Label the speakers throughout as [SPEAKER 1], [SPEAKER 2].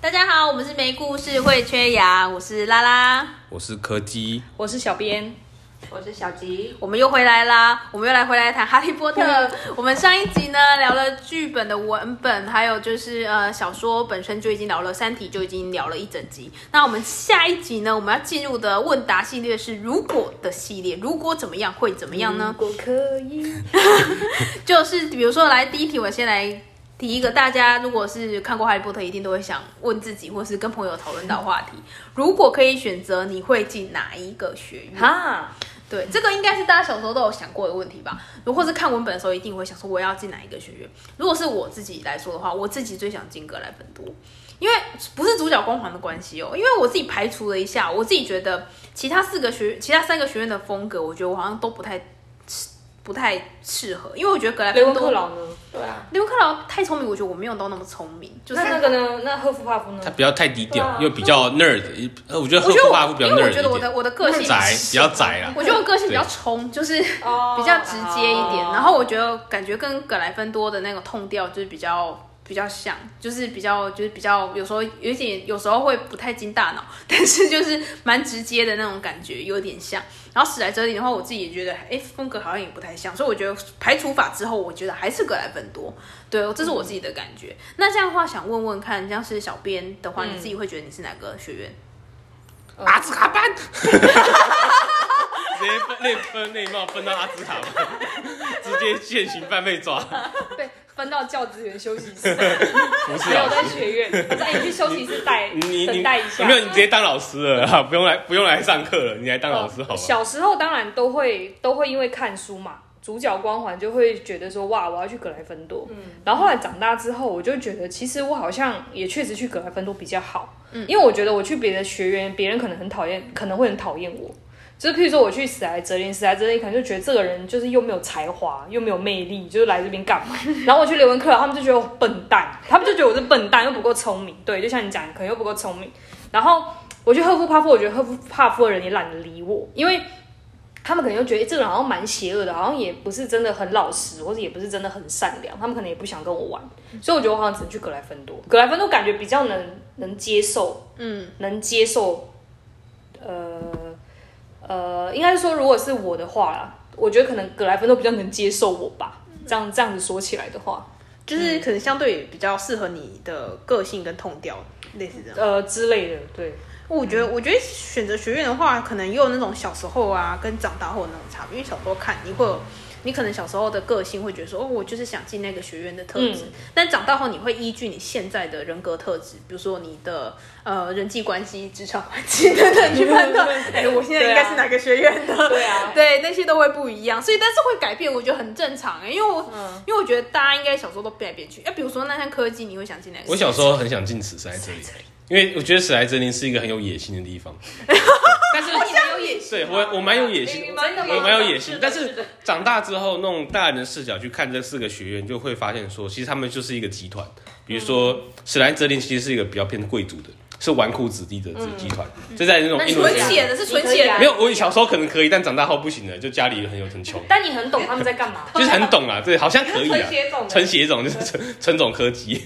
[SPEAKER 1] 大家好，我们是没故事会缺牙，我是拉拉，
[SPEAKER 2] 我是柯基，
[SPEAKER 3] 我是小编，
[SPEAKER 1] 我是小吉，我们又回来啦，我们又来回来谈《哈利波特》。我们上一集呢聊了剧本的文本，还有就是呃小说本身就已经聊了，《三体》就已经聊了一整集。那我们下一集呢，我们要进入的问答系列是“如果”的系列，如果怎么样会怎么样呢？
[SPEAKER 3] 啊果可以，
[SPEAKER 1] 就是比如说来第一题，我先来。提一个大家如果是看过《哈利波特》，一定都会想问自己，或是跟朋友讨论到话题：如果可以选择，你会进哪一个学院？
[SPEAKER 3] 哈，
[SPEAKER 1] 对，这个应该是大家小时候都有想过的问题吧。如果是看文本的时候，一定会想说我要进哪一个学院。如果是我自己来说的话，我自己最想进格莱芬多，因为不是主角光环的关系哦。因为我自己排除了一下，我自己觉得其他四个学、其他三个学院的风格，我觉得我好像都不太不太适合，因为我觉得格莱
[SPEAKER 3] 雷
[SPEAKER 1] 芬
[SPEAKER 3] 文
[SPEAKER 1] 多
[SPEAKER 3] 克。劳呢？对啊，
[SPEAKER 1] 雷文克劳太聪明，我觉得我没有到那么聪明，就是
[SPEAKER 3] 那那个呢？那赫夫帕
[SPEAKER 1] 嗯
[SPEAKER 3] 夫
[SPEAKER 2] 他
[SPEAKER 3] 呢？
[SPEAKER 2] 不要太低
[SPEAKER 3] 对啊
[SPEAKER 2] 调，又比较 nerd，呃我觉得
[SPEAKER 1] 我
[SPEAKER 2] 赫
[SPEAKER 1] 觉得
[SPEAKER 2] 夫帕夫
[SPEAKER 1] 我
[SPEAKER 2] 比较
[SPEAKER 1] 因为我
[SPEAKER 2] nerd
[SPEAKER 1] 觉得我
[SPEAKER 2] 一
[SPEAKER 1] 的
[SPEAKER 2] 点，
[SPEAKER 1] 我的个性
[SPEAKER 2] 宅比较宅啦。
[SPEAKER 1] 我觉得我个性比较冲，就是
[SPEAKER 3] 哦
[SPEAKER 1] 比较直接一点。
[SPEAKER 3] 哦
[SPEAKER 1] 然后我觉得感觉跟葛莱芬多的那个痛调就是比较比较像，就是比较就是比较有时候有点有时候会不太经大脑， 但是就是蛮直接的那种感觉，有点像。然后史莱哲林的话，我自己也觉得，哎，风格好像也不太像，所以我觉得排除法之后，我觉得还是葛莱芬多。对，这是我自己的感觉。那这样的话，想问问看，像是小编的话，你自己会觉得你是哪个学院？
[SPEAKER 2] 阿兹卡 班，直接分内分内帽分到阿兹卡班，直接现行犯被 抓，
[SPEAKER 3] 被分到教职员休息室，
[SPEAKER 2] 不是
[SPEAKER 3] 没有
[SPEAKER 2] 老
[SPEAKER 3] 在
[SPEAKER 2] 师。
[SPEAKER 3] 学院，我在你去休息室待
[SPEAKER 2] 你你
[SPEAKER 3] 等待一下。
[SPEAKER 2] 没有，你直接当老师了 啊！不用来，不用来上课了，你来当
[SPEAKER 1] 哦
[SPEAKER 2] 老师好吗？
[SPEAKER 3] 呃小时候当然都会都会因为看书嘛，主角光环就会觉得说哇，我要去格莱芬多。然后后来长大之后，我就觉得其实我好像也确实去格莱芬多比较好，因为我觉得我去别的学员，别人可能很讨厌，可能会很讨厌我。就是譬如说我去史莱哲林，史莱哲林可能就觉得这个人就是又没有才华，又没有魅力，就是来这边干嘛？然后我去雷文克劳，他们就觉得我笨蛋，他们就觉得我是笨蛋，又不够聪明。对，就像你讲，可能又不够聪明。然后我去赫夫帕夫，我觉得赫夫帕夫的人也懒得理我，因为他们可能就觉得、诶这个人好像蛮邪恶的，好像也不是真的很老实，或者也不是真的很善良，他们可能也不想跟我玩，所以我觉得我好像只能去格莱芬多。格莱芬多感觉比较能能接受，嗯，能接受，呃呃，应该是说如果是我的话啦，我觉得可能格莱芬多比较能接受我吧。这样这样子说起来的话，
[SPEAKER 1] 就是可能相对比较适合你的个性跟痛调，类似这样。
[SPEAKER 3] 呃之类的，对，
[SPEAKER 1] 我觉得，
[SPEAKER 3] 嗯
[SPEAKER 1] 我觉得选择学院的话，可能也有那种小时候啊，跟长大后的那种差别。因为小时候看，你会有，你可能小时候的个性会觉得说，哦，我就是想进那个学院的特质。
[SPEAKER 3] 嗯
[SPEAKER 1] 但长大后，你会依据你现在的人格特质，比如说你的呃人际关系、职场关系等等去判 断，哎、我现在应该是哪个学院的？
[SPEAKER 3] 对 啊，
[SPEAKER 1] 对，那些都会不一样，所以但是会改变，我觉得很正常、欸，因为我、
[SPEAKER 3] 嗯
[SPEAKER 1] 因为我觉得大家应该小时候都变来变去，哎、比如说那像科技，你会想进哪个？
[SPEAKER 2] 我小时候很想进史莱哲林，因为我觉得史莱哲林是一个很有野心的地方。
[SPEAKER 3] 但是你蛮有野心
[SPEAKER 2] 对
[SPEAKER 3] 吗，
[SPEAKER 2] 我我蛮有野心
[SPEAKER 3] 你
[SPEAKER 2] 的，
[SPEAKER 3] 蛮有
[SPEAKER 2] 我蛮有野
[SPEAKER 3] 是
[SPEAKER 2] 心
[SPEAKER 3] 的，
[SPEAKER 2] 但
[SPEAKER 3] 是
[SPEAKER 2] 是
[SPEAKER 3] 的
[SPEAKER 2] 长大之后，那种大人的视角去看这四个学院，就会发现说，其实他们就是一个集团。比如说，史莱哲林其实是一个比较偏贵族的，是纨绔子弟的这集团，就在那种英
[SPEAKER 1] 纯
[SPEAKER 2] 伦世
[SPEAKER 3] 那你会这
[SPEAKER 1] 血
[SPEAKER 2] 界。
[SPEAKER 3] 样
[SPEAKER 1] 的是纯血
[SPEAKER 3] 你可以
[SPEAKER 1] 的
[SPEAKER 3] 啊
[SPEAKER 2] 没，有，我小时候可能可以，但长大后不行了，就家里很有很穷，
[SPEAKER 3] 但你很懂他们在干嘛。
[SPEAKER 2] 就是很懂啊，对，好像可以啊
[SPEAKER 3] 纯。血种的
[SPEAKER 2] 陈协总就是陈陈总科 技，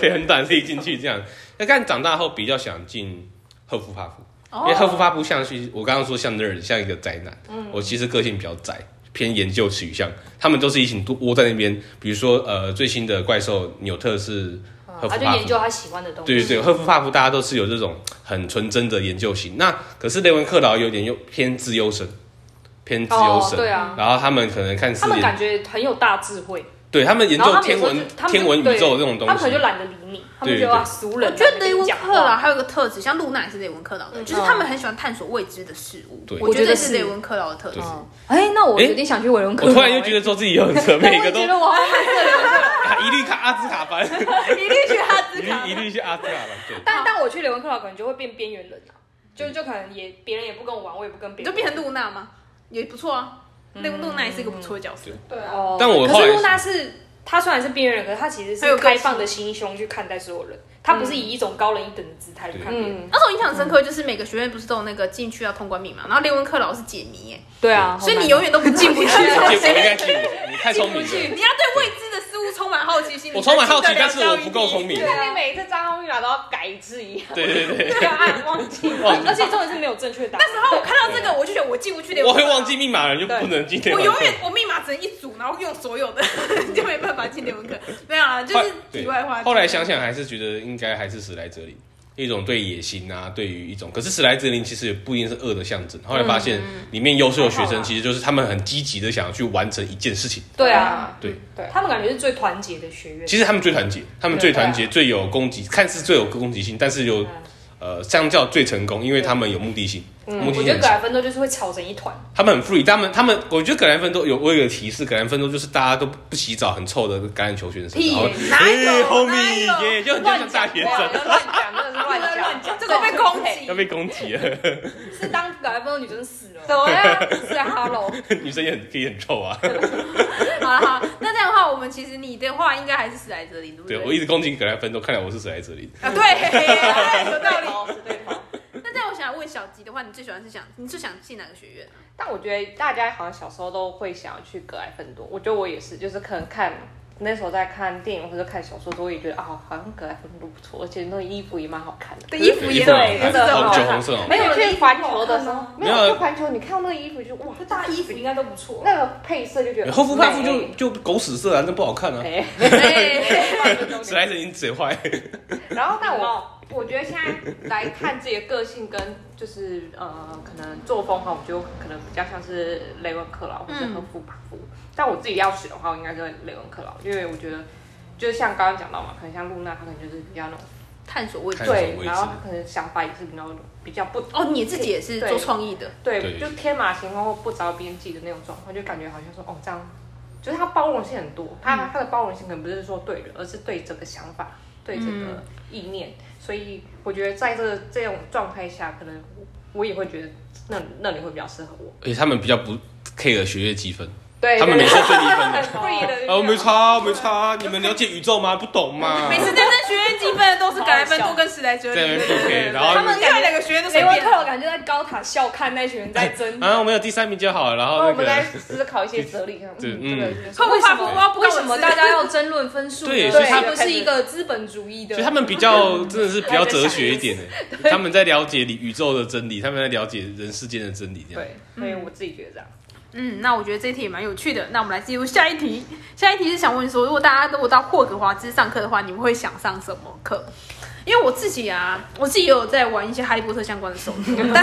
[SPEAKER 2] 对，很短可以进去这样。那但长大后比较想进赫夫帕夫，
[SPEAKER 1] 哦
[SPEAKER 2] 因为赫夫帕夫像是我刚刚说像 nerd，像一个宅男。
[SPEAKER 3] 嗯
[SPEAKER 2] 我其实个性比较宅，偏研究取向。他们都是一起窝在那边，比如说呃最新的怪兽纽特是赫
[SPEAKER 3] 他
[SPEAKER 2] 夫
[SPEAKER 3] 啊就
[SPEAKER 2] 帕
[SPEAKER 3] 研
[SPEAKER 2] 夫。
[SPEAKER 3] 究他喜欢的东西。
[SPEAKER 2] 对对对，赫夫帕夫大家都是有这种很纯真的研究型。那可是雷文克劳有点又偏自由神，偏自由
[SPEAKER 3] 哦，
[SPEAKER 2] 神。
[SPEAKER 3] 对啊，
[SPEAKER 2] 然后他们可能看
[SPEAKER 3] 他
[SPEAKER 2] 四
[SPEAKER 3] 们
[SPEAKER 2] 眼，
[SPEAKER 3] 感觉很有大智慧，
[SPEAKER 2] 对他们研
[SPEAKER 3] 然后
[SPEAKER 2] 究
[SPEAKER 3] 他们有
[SPEAKER 2] 天
[SPEAKER 3] 时候
[SPEAKER 2] 文
[SPEAKER 3] 就他们就
[SPEAKER 2] 天文宇
[SPEAKER 3] 对
[SPEAKER 2] 宙这种东西，
[SPEAKER 3] 他们可能就懒得理你，他们
[SPEAKER 2] 对
[SPEAKER 3] 觉得
[SPEAKER 2] 对
[SPEAKER 3] 啊俗人
[SPEAKER 1] 我
[SPEAKER 3] 啊，
[SPEAKER 1] 觉得雷文克劳
[SPEAKER 3] 啦，
[SPEAKER 1] 还有一个特质，像露娜也是雷文克劳的，就是他们很喜欢探索未知的事物。
[SPEAKER 2] 对
[SPEAKER 1] 嗯我觉得
[SPEAKER 3] 我觉得
[SPEAKER 1] 是
[SPEAKER 3] 是
[SPEAKER 1] 雷文克劳的特质。
[SPEAKER 3] 嗯哎，那我
[SPEAKER 2] 哎
[SPEAKER 3] 有点想去雷文克
[SPEAKER 2] 我
[SPEAKER 3] 劳。
[SPEAKER 2] 突然又觉得说自己有很扯，每
[SPEAKER 3] 哎，我
[SPEAKER 2] 个
[SPEAKER 3] 也
[SPEAKER 2] 都
[SPEAKER 3] 觉得我好像蛮特别 的
[SPEAKER 2] 一律看阿兹卡班，
[SPEAKER 1] 一定去阿兹
[SPEAKER 2] 一
[SPEAKER 1] 卡
[SPEAKER 2] 律一律是阿兹卡班，对。
[SPEAKER 3] 但但我去雷文克劳可能就会变边缘人啊，就就可能也别人也不跟我玩，我也不跟
[SPEAKER 1] 你
[SPEAKER 3] 别
[SPEAKER 1] 就
[SPEAKER 3] 人玩。
[SPEAKER 1] 变成露娜吗？也不错啊，那个露娜也是一个不错的角色。
[SPEAKER 3] 对啊
[SPEAKER 2] 但我
[SPEAKER 3] 可
[SPEAKER 2] 后来
[SPEAKER 3] 是露娜是，她虽然是边缘人，可是她其实
[SPEAKER 1] 很有
[SPEAKER 3] 是
[SPEAKER 1] 个性
[SPEAKER 3] 开放的心胸去看待所有人，她不是以一种高人一等的姿态去看别
[SPEAKER 4] 嗯
[SPEAKER 3] 人。
[SPEAKER 1] 那时候印象深刻，就是每个学院不是都有那个进去要通关密码，然后雷文克劳是解谜耶，
[SPEAKER 3] 对 啊，
[SPEAKER 1] 哦所以你永远都不进不去，啊
[SPEAKER 2] 我
[SPEAKER 1] 谁
[SPEAKER 2] 应该进，你太聪明
[SPEAKER 3] 进不去
[SPEAKER 2] 了。
[SPEAKER 1] 你要对未知的事物充满好好奇心，
[SPEAKER 2] 我充满好奇
[SPEAKER 1] 你，
[SPEAKER 2] 但
[SPEAKER 1] 能
[SPEAKER 2] 是
[SPEAKER 1] 进得了
[SPEAKER 2] 我
[SPEAKER 1] 教育
[SPEAKER 2] 不够聪明
[SPEAKER 1] 地。
[SPEAKER 4] 因为你每一次张浩玉拿都要改一次一样，
[SPEAKER 2] 对对对，
[SPEAKER 4] 对啊，忘 记了。
[SPEAKER 2] 忘记
[SPEAKER 3] 而且重点是没有正确答案。
[SPEAKER 1] 那时候我看到这个，我就觉得啊我进不去的，
[SPEAKER 2] 我会忘记密码的人就不能进天
[SPEAKER 1] 我
[SPEAKER 2] 文
[SPEAKER 1] 永
[SPEAKER 2] 课
[SPEAKER 1] 远。我密码只能一组，然后用所有的， 就没办法进联文课。没有啊，就
[SPEAKER 2] 后
[SPEAKER 1] 是
[SPEAKER 2] 对
[SPEAKER 1] 题外话。
[SPEAKER 2] 后来想想，还是觉得应该还是史莱哲林一种对野心啊，对于一种，可是史莱哲林其实也不一定是恶的象征。后来发现里面优秀的学
[SPEAKER 4] 还好
[SPEAKER 2] 生
[SPEAKER 4] 啦
[SPEAKER 2] 其实就是他们很积极的想要去完成一件事情，
[SPEAKER 3] 对啊，
[SPEAKER 2] 对。
[SPEAKER 4] 对，
[SPEAKER 3] 他们感觉是最团结的学院。
[SPEAKER 2] 其实他们最团结，他们最团
[SPEAKER 1] 啊
[SPEAKER 2] 结，
[SPEAKER 4] 对
[SPEAKER 2] 最有攻击，看似最有攻击性，但是
[SPEAKER 1] 嗯
[SPEAKER 2] 又呃，相较最成功，因为他们有目的性，目
[SPEAKER 1] 嗯
[SPEAKER 3] 我
[SPEAKER 2] 的
[SPEAKER 3] 觉
[SPEAKER 2] 性
[SPEAKER 3] 得
[SPEAKER 2] 很
[SPEAKER 3] 格
[SPEAKER 2] 强。
[SPEAKER 3] 莱芬多就是会吵成 一团。
[SPEAKER 2] 他们很 free，他们他们，我觉得葛兰芬多有我有个提示，葛兰芬多就是大家都不洗澡、很臭的橄榄球学生，
[SPEAKER 3] 屁
[SPEAKER 2] 然后
[SPEAKER 1] 哪有
[SPEAKER 2] 哎
[SPEAKER 1] 哪有
[SPEAKER 2] ，homie，耶，就很像
[SPEAKER 3] 乱
[SPEAKER 2] 大
[SPEAKER 3] 讲
[SPEAKER 2] 学
[SPEAKER 3] 话
[SPEAKER 2] 生
[SPEAKER 4] 哇，乱讲，
[SPEAKER 1] 这
[SPEAKER 3] 乱 讲
[SPEAKER 4] 真的是乱讲，
[SPEAKER 1] 个被攻击
[SPEAKER 2] 要，被攻击了，
[SPEAKER 3] 是当格莱芬多女生死了，
[SPEAKER 4] 对啊，
[SPEAKER 3] 是 Hello，
[SPEAKER 2] 女生也很可以很臭啊。
[SPEAKER 1] 好了好了，那这样的话，我们其实你的话应该还是史莱哲林，对不
[SPEAKER 2] 对
[SPEAKER 1] 对？
[SPEAKER 2] 我一直攻击葛兰芬多，看来我是谁来这里？
[SPEAKER 1] 啊，对， 哎有道理。
[SPEAKER 4] 理，是对头。
[SPEAKER 1] 那这样我想问小吉的话，你最喜欢是想你最想进哪个学院啊？
[SPEAKER 4] 但我觉得大家好像小时候都会想要去格莱芬多，我觉得我也是，就是可能看那时候在看电影或者看小说的时候，我也觉得啊，好像格莱芬多不错，而且那个衣服也蛮好看的。
[SPEAKER 1] 对衣服也
[SPEAKER 2] 对，
[SPEAKER 1] 是
[SPEAKER 2] 红
[SPEAKER 4] 对，真
[SPEAKER 1] 这
[SPEAKER 4] 的很
[SPEAKER 1] 种
[SPEAKER 4] 好
[SPEAKER 2] 酒
[SPEAKER 4] 看
[SPEAKER 2] 啊红。色哦，
[SPEAKER 4] 没有去环球的时
[SPEAKER 3] 没有看
[SPEAKER 4] 候
[SPEAKER 3] 吗，
[SPEAKER 4] 没
[SPEAKER 2] 没有
[SPEAKER 4] 有去环球，你看到那个衣服就哇，
[SPEAKER 3] 大家衣服应该都不错。
[SPEAKER 4] 那个配色就觉得
[SPEAKER 2] 后腹胖腹就
[SPEAKER 4] 美
[SPEAKER 2] 就狗屎色啊，那不好看啊。
[SPEAKER 4] 哎，
[SPEAKER 2] 史莱哲林嘴坏，
[SPEAKER 4] 然后，但我我觉得现在来看自己的个性跟就是呃，可能作风的话，我觉得我可能比较像是雷文克劳或者和富巴夫。但我自己要选的话，我应该是雷文克劳，因为我觉得就是像刚刚讲到嘛，可能像露娜，她可能就是比较那种
[SPEAKER 1] 探索未知
[SPEAKER 2] 探。索未
[SPEAKER 4] 对，
[SPEAKER 2] 知
[SPEAKER 4] 然后她可能想法也是比较比较不
[SPEAKER 1] 哦，你自己也是
[SPEAKER 4] 对
[SPEAKER 1] 做创意的，
[SPEAKER 4] 对，
[SPEAKER 2] 对
[SPEAKER 4] 就天马行空或不着边际的那种状况，就感觉好像说哦这样，就是他包容性很多，他、他的包容性可能不是说对人，而是对整个想法，对整个意念，所以我觉得在这个这种状态下，可能我我也会觉得那那里会比较适合我。
[SPEAKER 2] 而且他们比较不 care 学业积分，
[SPEAKER 4] 对，
[SPEAKER 2] 他们 每次最低分
[SPEAKER 4] 很
[SPEAKER 2] 的。
[SPEAKER 4] free 的，
[SPEAKER 2] 啊，我没差啊，我没差啊，你们了解宇宙吗？不懂吗？
[SPEAKER 1] 每次在争学院积分的都是格莱芬多跟史莱哲
[SPEAKER 2] 在那边
[SPEAKER 1] 林。
[SPEAKER 2] PK，然
[SPEAKER 3] 他
[SPEAKER 2] 后
[SPEAKER 3] 们
[SPEAKER 1] 另外两个学院都随
[SPEAKER 3] 雷文
[SPEAKER 1] 便
[SPEAKER 3] 克。劳感觉在高塔笑看那群人在争。
[SPEAKER 2] 啊，我们有第三名就好了，然
[SPEAKER 4] 然
[SPEAKER 1] 哦
[SPEAKER 4] 后
[SPEAKER 2] 后
[SPEAKER 4] 哦
[SPEAKER 2] 那
[SPEAKER 4] 我们在
[SPEAKER 2] 个
[SPEAKER 4] 思考一些哲理，嗯，
[SPEAKER 2] 对
[SPEAKER 4] 这个就是
[SPEAKER 1] 会不会怕不怕不
[SPEAKER 3] 为什么大家要争论分数呢？
[SPEAKER 2] 对所以
[SPEAKER 3] 对，
[SPEAKER 2] 他
[SPEAKER 3] 它不是一个资本主义的。
[SPEAKER 2] 所以他们比较真的是比较哲学一点的，他们在了解宇宙的真理，他们在了解人世间的真理，这样。
[SPEAKER 4] 对，所以我自己觉得这样。
[SPEAKER 1] 嗯，那我觉得这一题也蛮有趣的。那我们来进入下一题。下一题是想问说，如果大家如果到霍格华兹上课的话，你们会想上什么课？因为我自己啊，我自己也有在玩一些哈利波特相关的手游， 但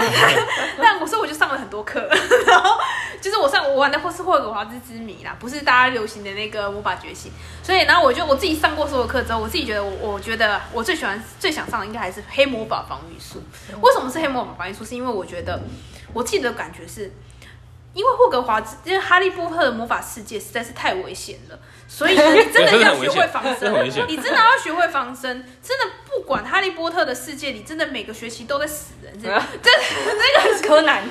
[SPEAKER 1] 但我说我就上了很多课， 然后就是我上我玩的或是霍格华兹之谜啦，不是大家流行的那个魔法觉醒，所以然后我就我自己上过所有课之后，我自己觉得我我觉得我最喜欢最想上的应该还是黑魔法防御术。
[SPEAKER 2] 嗯
[SPEAKER 1] 为什么是黑魔法防御术？是因为我觉得我自己的感觉是，因为霍格华兹，因为哈利波特的魔法世界实在是太危险了，所以 你真的
[SPEAKER 2] 真的
[SPEAKER 1] 要
[SPEAKER 2] 很危
[SPEAKER 1] 学
[SPEAKER 2] 险
[SPEAKER 1] 会防
[SPEAKER 2] 真的很危
[SPEAKER 1] 身
[SPEAKER 2] 险，
[SPEAKER 1] 你真的要学会防身，真的不管哈利波特的世界里，真的每个学期都在死人， 真的
[SPEAKER 3] 柯南，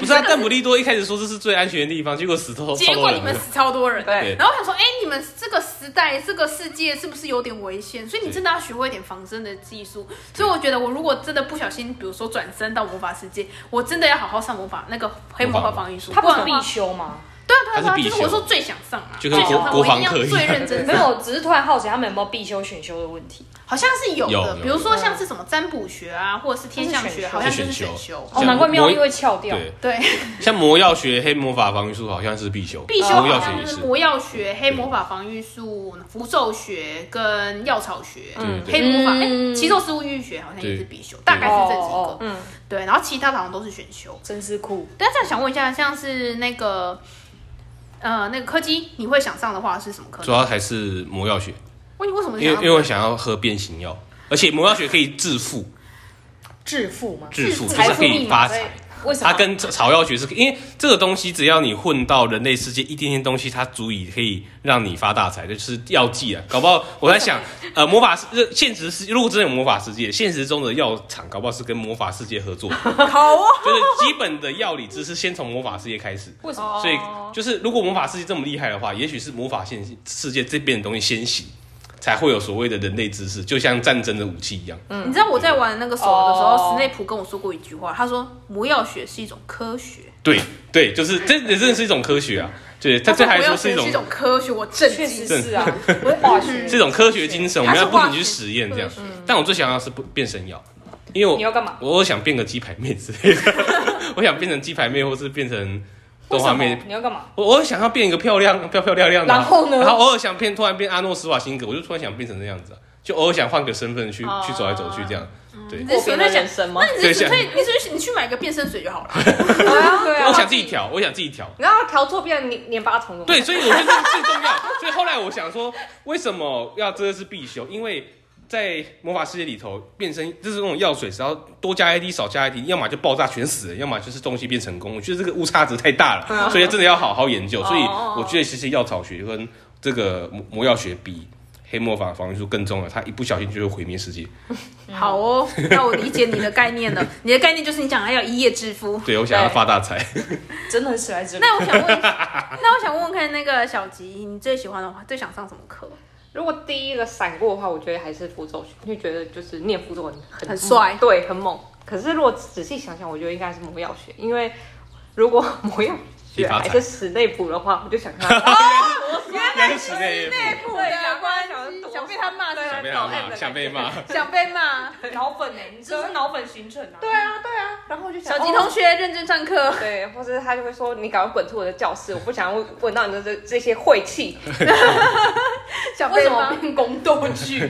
[SPEAKER 2] 不是啊，但不利多一开始说这是最安全的地方，结果死 透
[SPEAKER 1] 结
[SPEAKER 2] 超多
[SPEAKER 1] 果你
[SPEAKER 2] 人
[SPEAKER 1] 们
[SPEAKER 2] 的。
[SPEAKER 1] 死超多人。
[SPEAKER 4] 对
[SPEAKER 1] 然后我想说，哎、你们这个时代、这个世界是不是有点危险？所以你真的要学会一点防身的技术。所以我觉得，我如果真的不小心，比如说转身到魔法世界，我真的要好好上魔法那个黑魔法防御术。
[SPEAKER 3] 他不
[SPEAKER 1] 然
[SPEAKER 3] 是
[SPEAKER 1] 的话
[SPEAKER 3] 必修吗？
[SPEAKER 1] 对啊对
[SPEAKER 2] 它
[SPEAKER 1] 啊
[SPEAKER 2] 是
[SPEAKER 1] 对啊，
[SPEAKER 2] 必修
[SPEAKER 1] 就是我说最想上啊，
[SPEAKER 2] 就
[SPEAKER 1] 最
[SPEAKER 2] 跟
[SPEAKER 1] 想
[SPEAKER 2] 国
[SPEAKER 1] 上，
[SPEAKER 2] 国
[SPEAKER 1] 我一
[SPEAKER 2] 防
[SPEAKER 1] 定要
[SPEAKER 2] 课一样
[SPEAKER 1] 最认真哦
[SPEAKER 3] 没
[SPEAKER 1] 上。
[SPEAKER 3] 有，只是突然好奇他们有没有必修选修的问题。
[SPEAKER 1] 好像是有
[SPEAKER 2] 有
[SPEAKER 1] 的，
[SPEAKER 2] 有
[SPEAKER 1] 比如说像是什么占卜学啊，或者是天象学，
[SPEAKER 3] 它
[SPEAKER 1] 好像
[SPEAKER 3] 是选修
[SPEAKER 1] 就是
[SPEAKER 2] 是选
[SPEAKER 1] 选
[SPEAKER 2] 修
[SPEAKER 1] 修。
[SPEAKER 3] 哦，
[SPEAKER 2] 像
[SPEAKER 3] 难怪妙
[SPEAKER 2] 魔
[SPEAKER 3] 丽会翘掉。哦
[SPEAKER 2] 对，
[SPEAKER 1] 对，
[SPEAKER 2] 像魔药学、黑魔法防御术好像是必修，
[SPEAKER 1] 必修哦
[SPEAKER 2] 魔
[SPEAKER 1] 好
[SPEAKER 2] 哦药学
[SPEAKER 1] 像
[SPEAKER 2] 也
[SPEAKER 1] 就是是。魔药学、黑魔法防御术、符咒学跟药草学、
[SPEAKER 2] 对对
[SPEAKER 1] 黑魔法、
[SPEAKER 3] 嗯
[SPEAKER 1] 哎，奇兽生物育学好像也是必修，
[SPEAKER 2] 对
[SPEAKER 1] 大概是这几
[SPEAKER 3] 哦哦
[SPEAKER 1] 个。
[SPEAKER 4] 嗯，
[SPEAKER 1] 对，然后其他的好像都是选修。
[SPEAKER 3] 真是酷。
[SPEAKER 1] 但这样想问一下，像是那个呃那个柯基，你会想上的话是什么科
[SPEAKER 2] 主？要还是魔药学，
[SPEAKER 1] 为为什么
[SPEAKER 2] 因为
[SPEAKER 1] 想
[SPEAKER 2] 因为
[SPEAKER 1] 要？
[SPEAKER 2] 我想要喝变形药，而且魔药学可以致富，
[SPEAKER 3] 致富吗？
[SPEAKER 2] 致富就
[SPEAKER 3] 财
[SPEAKER 2] 是
[SPEAKER 3] 富
[SPEAKER 2] 可以
[SPEAKER 3] 密
[SPEAKER 2] 发
[SPEAKER 3] 码
[SPEAKER 2] 财
[SPEAKER 3] 在。为什么？
[SPEAKER 2] 它跟草药学是，因为这个东西只要你混到人类世界一点点东西，它足以可以让你发大财，就是药剂啊。搞不好我在想，呃，魔法世呃现实世，如果真的有魔法世界，现实中的药厂搞不好是跟魔法世界合作的，
[SPEAKER 1] 好哦，
[SPEAKER 3] 啊
[SPEAKER 2] 就是基本的药理知识先从魔法世界开始。
[SPEAKER 3] 为什
[SPEAKER 1] 哦
[SPEAKER 3] 么？
[SPEAKER 2] 所以就是，如果魔法世界这么厉害的话，也许是魔法现世界这边的东西先行，才会有所谓的人类知识，就像战争的武器一样。
[SPEAKER 1] 你知道我在玩那个手游的时候，
[SPEAKER 3] 哦
[SPEAKER 1] 史内普跟我说过一句话，他说魔药学是一种科学。
[SPEAKER 2] 对对，就是这这真的是一种科学啊，对，它
[SPEAKER 1] 他
[SPEAKER 2] 这
[SPEAKER 1] 说
[SPEAKER 2] 还
[SPEAKER 1] 魔药
[SPEAKER 2] 说是
[SPEAKER 1] 学
[SPEAKER 2] 一种
[SPEAKER 1] 是一种科学，我震
[SPEAKER 3] 确实
[SPEAKER 1] 惊。
[SPEAKER 3] 是啊，我化学
[SPEAKER 2] 这种科学精神，我们要不停去实验这样
[SPEAKER 1] 它是化学科学。
[SPEAKER 2] 但我最想要的是不变身药，因为
[SPEAKER 3] 嗯你
[SPEAKER 2] 我
[SPEAKER 3] 要干嘛？
[SPEAKER 2] 我想变个鸡排妹之类的， 我想变成鸡排妹，或是变成
[SPEAKER 3] 为
[SPEAKER 2] 动画
[SPEAKER 3] 什么
[SPEAKER 2] 妹。
[SPEAKER 3] 你要干嘛？
[SPEAKER 2] 我偶尔想要变一个漂亮、漂漂亮亮的啊，
[SPEAKER 3] 然后呢
[SPEAKER 2] 然后偶尔想变，突然变阿诺斯瓦辛格，我就突然想变成那样子啊，就偶尔想换个身份去
[SPEAKER 4] 哦
[SPEAKER 2] 去走来走去这样。对，
[SPEAKER 1] 你
[SPEAKER 4] 过
[SPEAKER 1] 随
[SPEAKER 4] 别
[SPEAKER 1] 便
[SPEAKER 4] 的
[SPEAKER 1] 想
[SPEAKER 4] 人，生 吗
[SPEAKER 1] 那？你只是
[SPEAKER 2] 对像
[SPEAKER 1] 可以，你只是你去买个变身水就好了。
[SPEAKER 3] 对
[SPEAKER 2] 我
[SPEAKER 3] 啊，
[SPEAKER 2] 想自己调，我想自己调。
[SPEAKER 4] 然后调错变成黏黏巴虫了。
[SPEAKER 2] 对，所以我觉得这个最重要。所以后来我想说，为什么要这个是必修？因为在魔法世界里头，变身就是那种药水，只要多加 ID 少加 ID，要么就爆炸全死人，要么就是东西变成功。我觉得这个误差值太大了，所以真的要好好研究。所以我觉得其实药草学跟这个魔魔药学比。黑魔法防御术更重要，它一不小心就会毁灭世界。
[SPEAKER 1] 好哦，那我理解你的概 念了。你的概念就是你讲的要一夜致富。
[SPEAKER 2] 对我想要发大财，
[SPEAKER 3] 真的很史莱哲林。
[SPEAKER 1] 那我想问， 那我想问问看，那个小吉，你最喜欢的话，最想上什么课？
[SPEAKER 4] 如果第一个闪过的话，我觉得还是符咒学，因为觉得就是念符咒很很
[SPEAKER 1] 很帅
[SPEAKER 4] 猛对，很猛。可是如果仔细想想，我觉得应该是魔药学，因为如果魔药
[SPEAKER 2] 一
[SPEAKER 4] 学
[SPEAKER 2] 发
[SPEAKER 4] 还
[SPEAKER 2] 财
[SPEAKER 4] 是室内补的话，我就想看他
[SPEAKER 2] 应该是室内
[SPEAKER 1] 普
[SPEAKER 4] 对难怪想得多
[SPEAKER 1] 想被他骂，
[SPEAKER 4] 对
[SPEAKER 2] 想被他骂，想被骂。
[SPEAKER 1] 想被骂。
[SPEAKER 3] 脑粉呢？你这是脑粉行程啊？
[SPEAKER 4] 对啊，对啊，然后我就想
[SPEAKER 1] 小吉同。学认真上课
[SPEAKER 4] 哦。对，或者他就会说：“你赶快滚出我的教室，我不想要闻到你的这这些晦气。
[SPEAKER 1] 想
[SPEAKER 3] 为
[SPEAKER 1] 被
[SPEAKER 3] 什么
[SPEAKER 1] 骂。
[SPEAKER 3] 变宫斗剧？
[SPEAKER 1] 啊
[SPEAKER 3] 一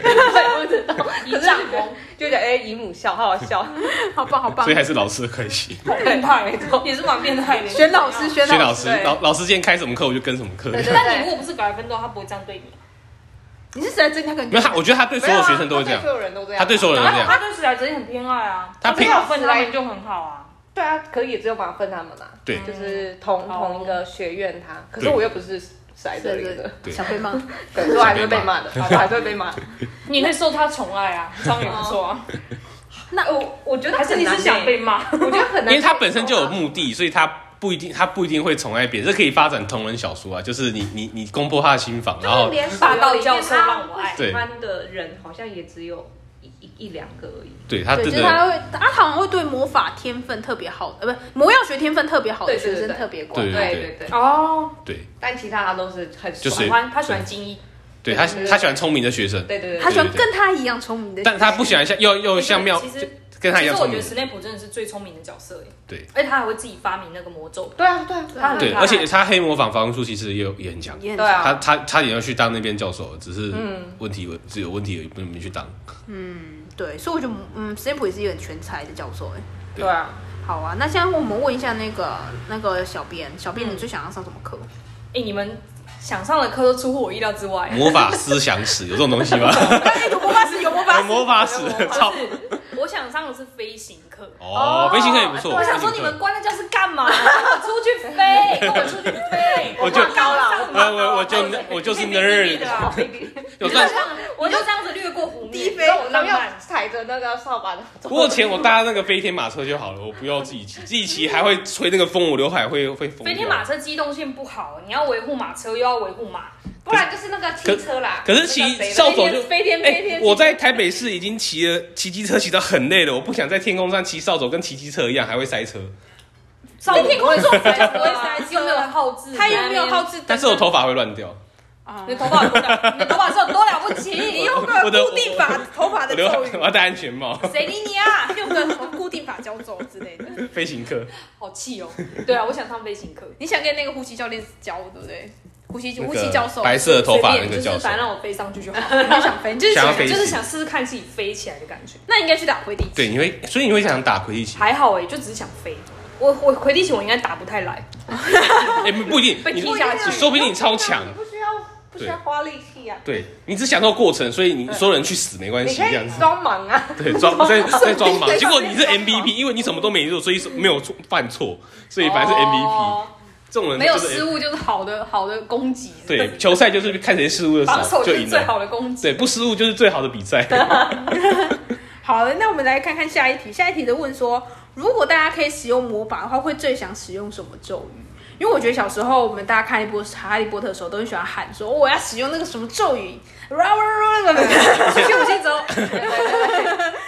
[SPEAKER 4] 可是
[SPEAKER 3] 丈红，”
[SPEAKER 4] 就觉得哎，姨母笑，好好 笑，
[SPEAKER 1] 好棒，好棒
[SPEAKER 2] 所以！还是老师的关 系。
[SPEAKER 3] 好变态，也是蛮变态的。
[SPEAKER 1] 选老师，选
[SPEAKER 2] 薛老师，哦
[SPEAKER 4] 对
[SPEAKER 2] 老老师今天开什么课我就跟什么课。
[SPEAKER 3] 但你如果不是格莱芬多，他不会这样对你。
[SPEAKER 1] 你是谁在真他可能
[SPEAKER 2] 没有他，我觉得他对所有学生都会这
[SPEAKER 4] 没有啊他对
[SPEAKER 2] 样，
[SPEAKER 4] 所有人都这样，
[SPEAKER 2] 他对所有人都这样。
[SPEAKER 3] 他对史莱哲林很偏爱啊，
[SPEAKER 2] 他
[SPEAKER 3] 没
[SPEAKER 2] 偏
[SPEAKER 3] 有分他们就很好啊。
[SPEAKER 4] 对啊，可以也只有马粪他们啦，
[SPEAKER 2] 对
[SPEAKER 4] 就是同
[SPEAKER 3] 哦
[SPEAKER 4] 同一个学院他，可是
[SPEAKER 2] 对
[SPEAKER 4] 我又不是来这里的，
[SPEAKER 2] 对
[SPEAKER 1] 想被骂。
[SPEAKER 4] 对，所以我还是会被骂的，我还是会被骂。
[SPEAKER 3] 你会受他宠爱 啊，这样也不错啊。
[SPEAKER 4] 那我我觉得欸
[SPEAKER 3] 还是你是想被
[SPEAKER 4] 骂，
[SPEAKER 3] 骂？
[SPEAKER 4] 我觉得很难，
[SPEAKER 2] 因为他本身就有目的，所以他不一定，他不一定会宠爱别人。这可以发展同人小说啊，就是你你你攻破他的心房，然
[SPEAKER 4] 就是
[SPEAKER 2] 后
[SPEAKER 4] 连
[SPEAKER 3] 霸道教授让我爱
[SPEAKER 4] 喜欢的人好像也只有一一一两个而已。
[SPEAKER 2] 对他
[SPEAKER 1] 对，
[SPEAKER 2] 真
[SPEAKER 1] 就是他
[SPEAKER 2] 的
[SPEAKER 1] 会，他好像会对魔法天分特别好，呃，不，魔药学天分特别好的
[SPEAKER 4] 对对
[SPEAKER 1] 学
[SPEAKER 4] 对
[SPEAKER 1] 生
[SPEAKER 4] 对
[SPEAKER 1] 特别关
[SPEAKER 2] 对
[SPEAKER 1] 注。
[SPEAKER 2] 对
[SPEAKER 4] 对对，
[SPEAKER 3] 哦，
[SPEAKER 2] 对
[SPEAKER 4] 但其他他都是 很
[SPEAKER 2] 就
[SPEAKER 4] 爽
[SPEAKER 2] 是嗯
[SPEAKER 3] 喜欢他喜欢精英，
[SPEAKER 2] 对，他
[SPEAKER 4] 对对
[SPEAKER 2] 他喜欢聪明的学生，
[SPEAKER 4] 对对对
[SPEAKER 1] 他
[SPEAKER 4] 对，
[SPEAKER 1] 喜欢
[SPEAKER 2] 对对对
[SPEAKER 1] 跟他一样聪明的学生，
[SPEAKER 2] 但他不喜欢像又又哦像妙
[SPEAKER 3] 其实
[SPEAKER 2] 就跟他一样
[SPEAKER 3] 其实
[SPEAKER 2] 聪
[SPEAKER 3] 我觉
[SPEAKER 2] 明
[SPEAKER 3] 得。史内普真的是最聪明的角色耶，欸
[SPEAKER 2] 对
[SPEAKER 3] 而且他还会自己发明那个魔咒。
[SPEAKER 4] 对啊对啊
[SPEAKER 3] 他很
[SPEAKER 2] 对，
[SPEAKER 3] 厉害
[SPEAKER 2] 而且他黑魔法防御术其实也有也很强，
[SPEAKER 1] 也很
[SPEAKER 4] 对啊
[SPEAKER 2] 他他差点要去当那边教授，只是问题只有问题而已，不能去当。
[SPEAKER 1] 对，所以我觉得，嗯 s t e p 也是一个很全才的教授，哎，
[SPEAKER 2] 对
[SPEAKER 4] 对啊，
[SPEAKER 1] 好啊。那现在我们问一下那个那个小编，小编
[SPEAKER 3] 嗯
[SPEAKER 1] 你最想要上什么课？
[SPEAKER 3] 哎，你们想上的课都出乎我意料之外。
[SPEAKER 2] 魔法思想史有这种东西吗？
[SPEAKER 1] 有魔法师，有魔
[SPEAKER 2] 有魔法史，操！
[SPEAKER 3] 我想上的是飞行课。
[SPEAKER 2] 哦，飞行课也不错。
[SPEAKER 3] 啊我想说
[SPEAKER 2] 飞
[SPEAKER 3] 你
[SPEAKER 2] 行课
[SPEAKER 3] 们关在教室干嘛？跟我出 去飞，跟我出去飞。
[SPEAKER 2] 我就呃
[SPEAKER 3] 怕高了，哎
[SPEAKER 2] 我我我就我就是 nerd，有 算。
[SPEAKER 3] 我啊就这样子掠过湖面，
[SPEAKER 1] 低飞
[SPEAKER 3] 你知道我
[SPEAKER 4] 然
[SPEAKER 3] 浪
[SPEAKER 4] 后要
[SPEAKER 3] 漫。
[SPEAKER 4] 踩着那个扫把的，
[SPEAKER 2] 不过钱我搭那个飞天马车就好了，我不要自己骑，自己骑还会吹那个风，我刘海会会疯掉。
[SPEAKER 3] 飞天马车机动性不好，你要维护马车，又要维护马。
[SPEAKER 4] 不然就是那个汽车啦。
[SPEAKER 2] 可是
[SPEAKER 4] 那
[SPEAKER 2] 骑
[SPEAKER 4] 个谁的
[SPEAKER 2] 扫帚就
[SPEAKER 3] 飞天飞天飞
[SPEAKER 2] 哎
[SPEAKER 3] 天，
[SPEAKER 2] 我在台北市已经骑了骑机车骑到很累了，我不想在天空上骑扫帚跟骑机车一样还会塞车。
[SPEAKER 3] 少
[SPEAKER 1] 那天空中
[SPEAKER 3] 飞
[SPEAKER 1] 飞
[SPEAKER 3] 不会塞车，又没有好字，
[SPEAKER 1] 他又没有好奇，
[SPEAKER 2] 但是我头发会乱掉，
[SPEAKER 1] 啊
[SPEAKER 3] 你的头发很不了，你的头发是有多了不起？
[SPEAKER 1] 你
[SPEAKER 3] 你
[SPEAKER 1] 用
[SPEAKER 3] 用
[SPEAKER 1] 个
[SPEAKER 2] 我的
[SPEAKER 1] 固定法头发
[SPEAKER 2] 我
[SPEAKER 1] 的
[SPEAKER 2] 刘海
[SPEAKER 1] 咒
[SPEAKER 2] 我
[SPEAKER 1] 语，
[SPEAKER 2] 要戴安全帽。
[SPEAKER 1] 谁理你啊？用个什么固定法教咒之类的。
[SPEAKER 2] 飞行 课
[SPEAKER 3] 好气哦。对啊，我想上飞行课。
[SPEAKER 1] 你想跟那个呼吸教练教，对不对？呼吸
[SPEAKER 2] 那
[SPEAKER 1] 呼吸教
[SPEAKER 2] 个
[SPEAKER 1] 授，
[SPEAKER 2] 白色头发
[SPEAKER 3] 随
[SPEAKER 2] 那
[SPEAKER 3] 便
[SPEAKER 2] 个
[SPEAKER 3] 就
[SPEAKER 2] 教
[SPEAKER 3] 是
[SPEAKER 2] 授
[SPEAKER 3] 反，正让我飞上去就好，
[SPEAKER 1] 你就想飞，你就是
[SPEAKER 2] 想要
[SPEAKER 1] 想，
[SPEAKER 2] 飞行
[SPEAKER 3] 就是想试试看自己飞起来的感觉。
[SPEAKER 1] 那应该去打回地
[SPEAKER 2] 对，你会所以你会想打魁地 奇？
[SPEAKER 3] 还好哎、就只是想飞。我我魁地奇我应该打不太来，
[SPEAKER 2] 哎，不不一定，
[SPEAKER 3] 被
[SPEAKER 2] 你
[SPEAKER 3] 踢下去
[SPEAKER 2] 你说不定你超 强
[SPEAKER 4] 你。不需要不需要花力气啊，
[SPEAKER 2] 对你只享受过程，所以你所有人去死没关
[SPEAKER 4] 你
[SPEAKER 2] 系，
[SPEAKER 4] 可
[SPEAKER 2] 这样
[SPEAKER 4] 以
[SPEAKER 2] 子。
[SPEAKER 4] 装 忙啊。
[SPEAKER 2] 对，装 在在装忙，
[SPEAKER 4] 对
[SPEAKER 2] 结果你是
[SPEAKER 4] 在装忙
[SPEAKER 2] MVP，因为你什么都没做，所以没有错犯错，所以反正是 MVP。
[SPEAKER 3] 哦
[SPEAKER 2] 这种人
[SPEAKER 3] 没有
[SPEAKER 2] 就是
[SPEAKER 3] 失误就是好的好的攻击，
[SPEAKER 2] 对，球赛就是看谁失误的
[SPEAKER 3] 防
[SPEAKER 2] 少
[SPEAKER 3] 守
[SPEAKER 2] 就
[SPEAKER 3] 就是
[SPEAKER 2] 赢
[SPEAKER 3] 最
[SPEAKER 2] 了。
[SPEAKER 3] 好的攻 击。
[SPEAKER 2] 对，不失误就是最好的比 赛。
[SPEAKER 1] 好了，那我们来看看下一题。下一题的问说，如果大家可以使用魔法的话，会最想使用什么咒语？因为我觉得小时候我们大家看《哈利波特》《哈利波特》的时候，都很喜欢喊说我要使用那个什么咒语，然后那个
[SPEAKER 3] 就我先走。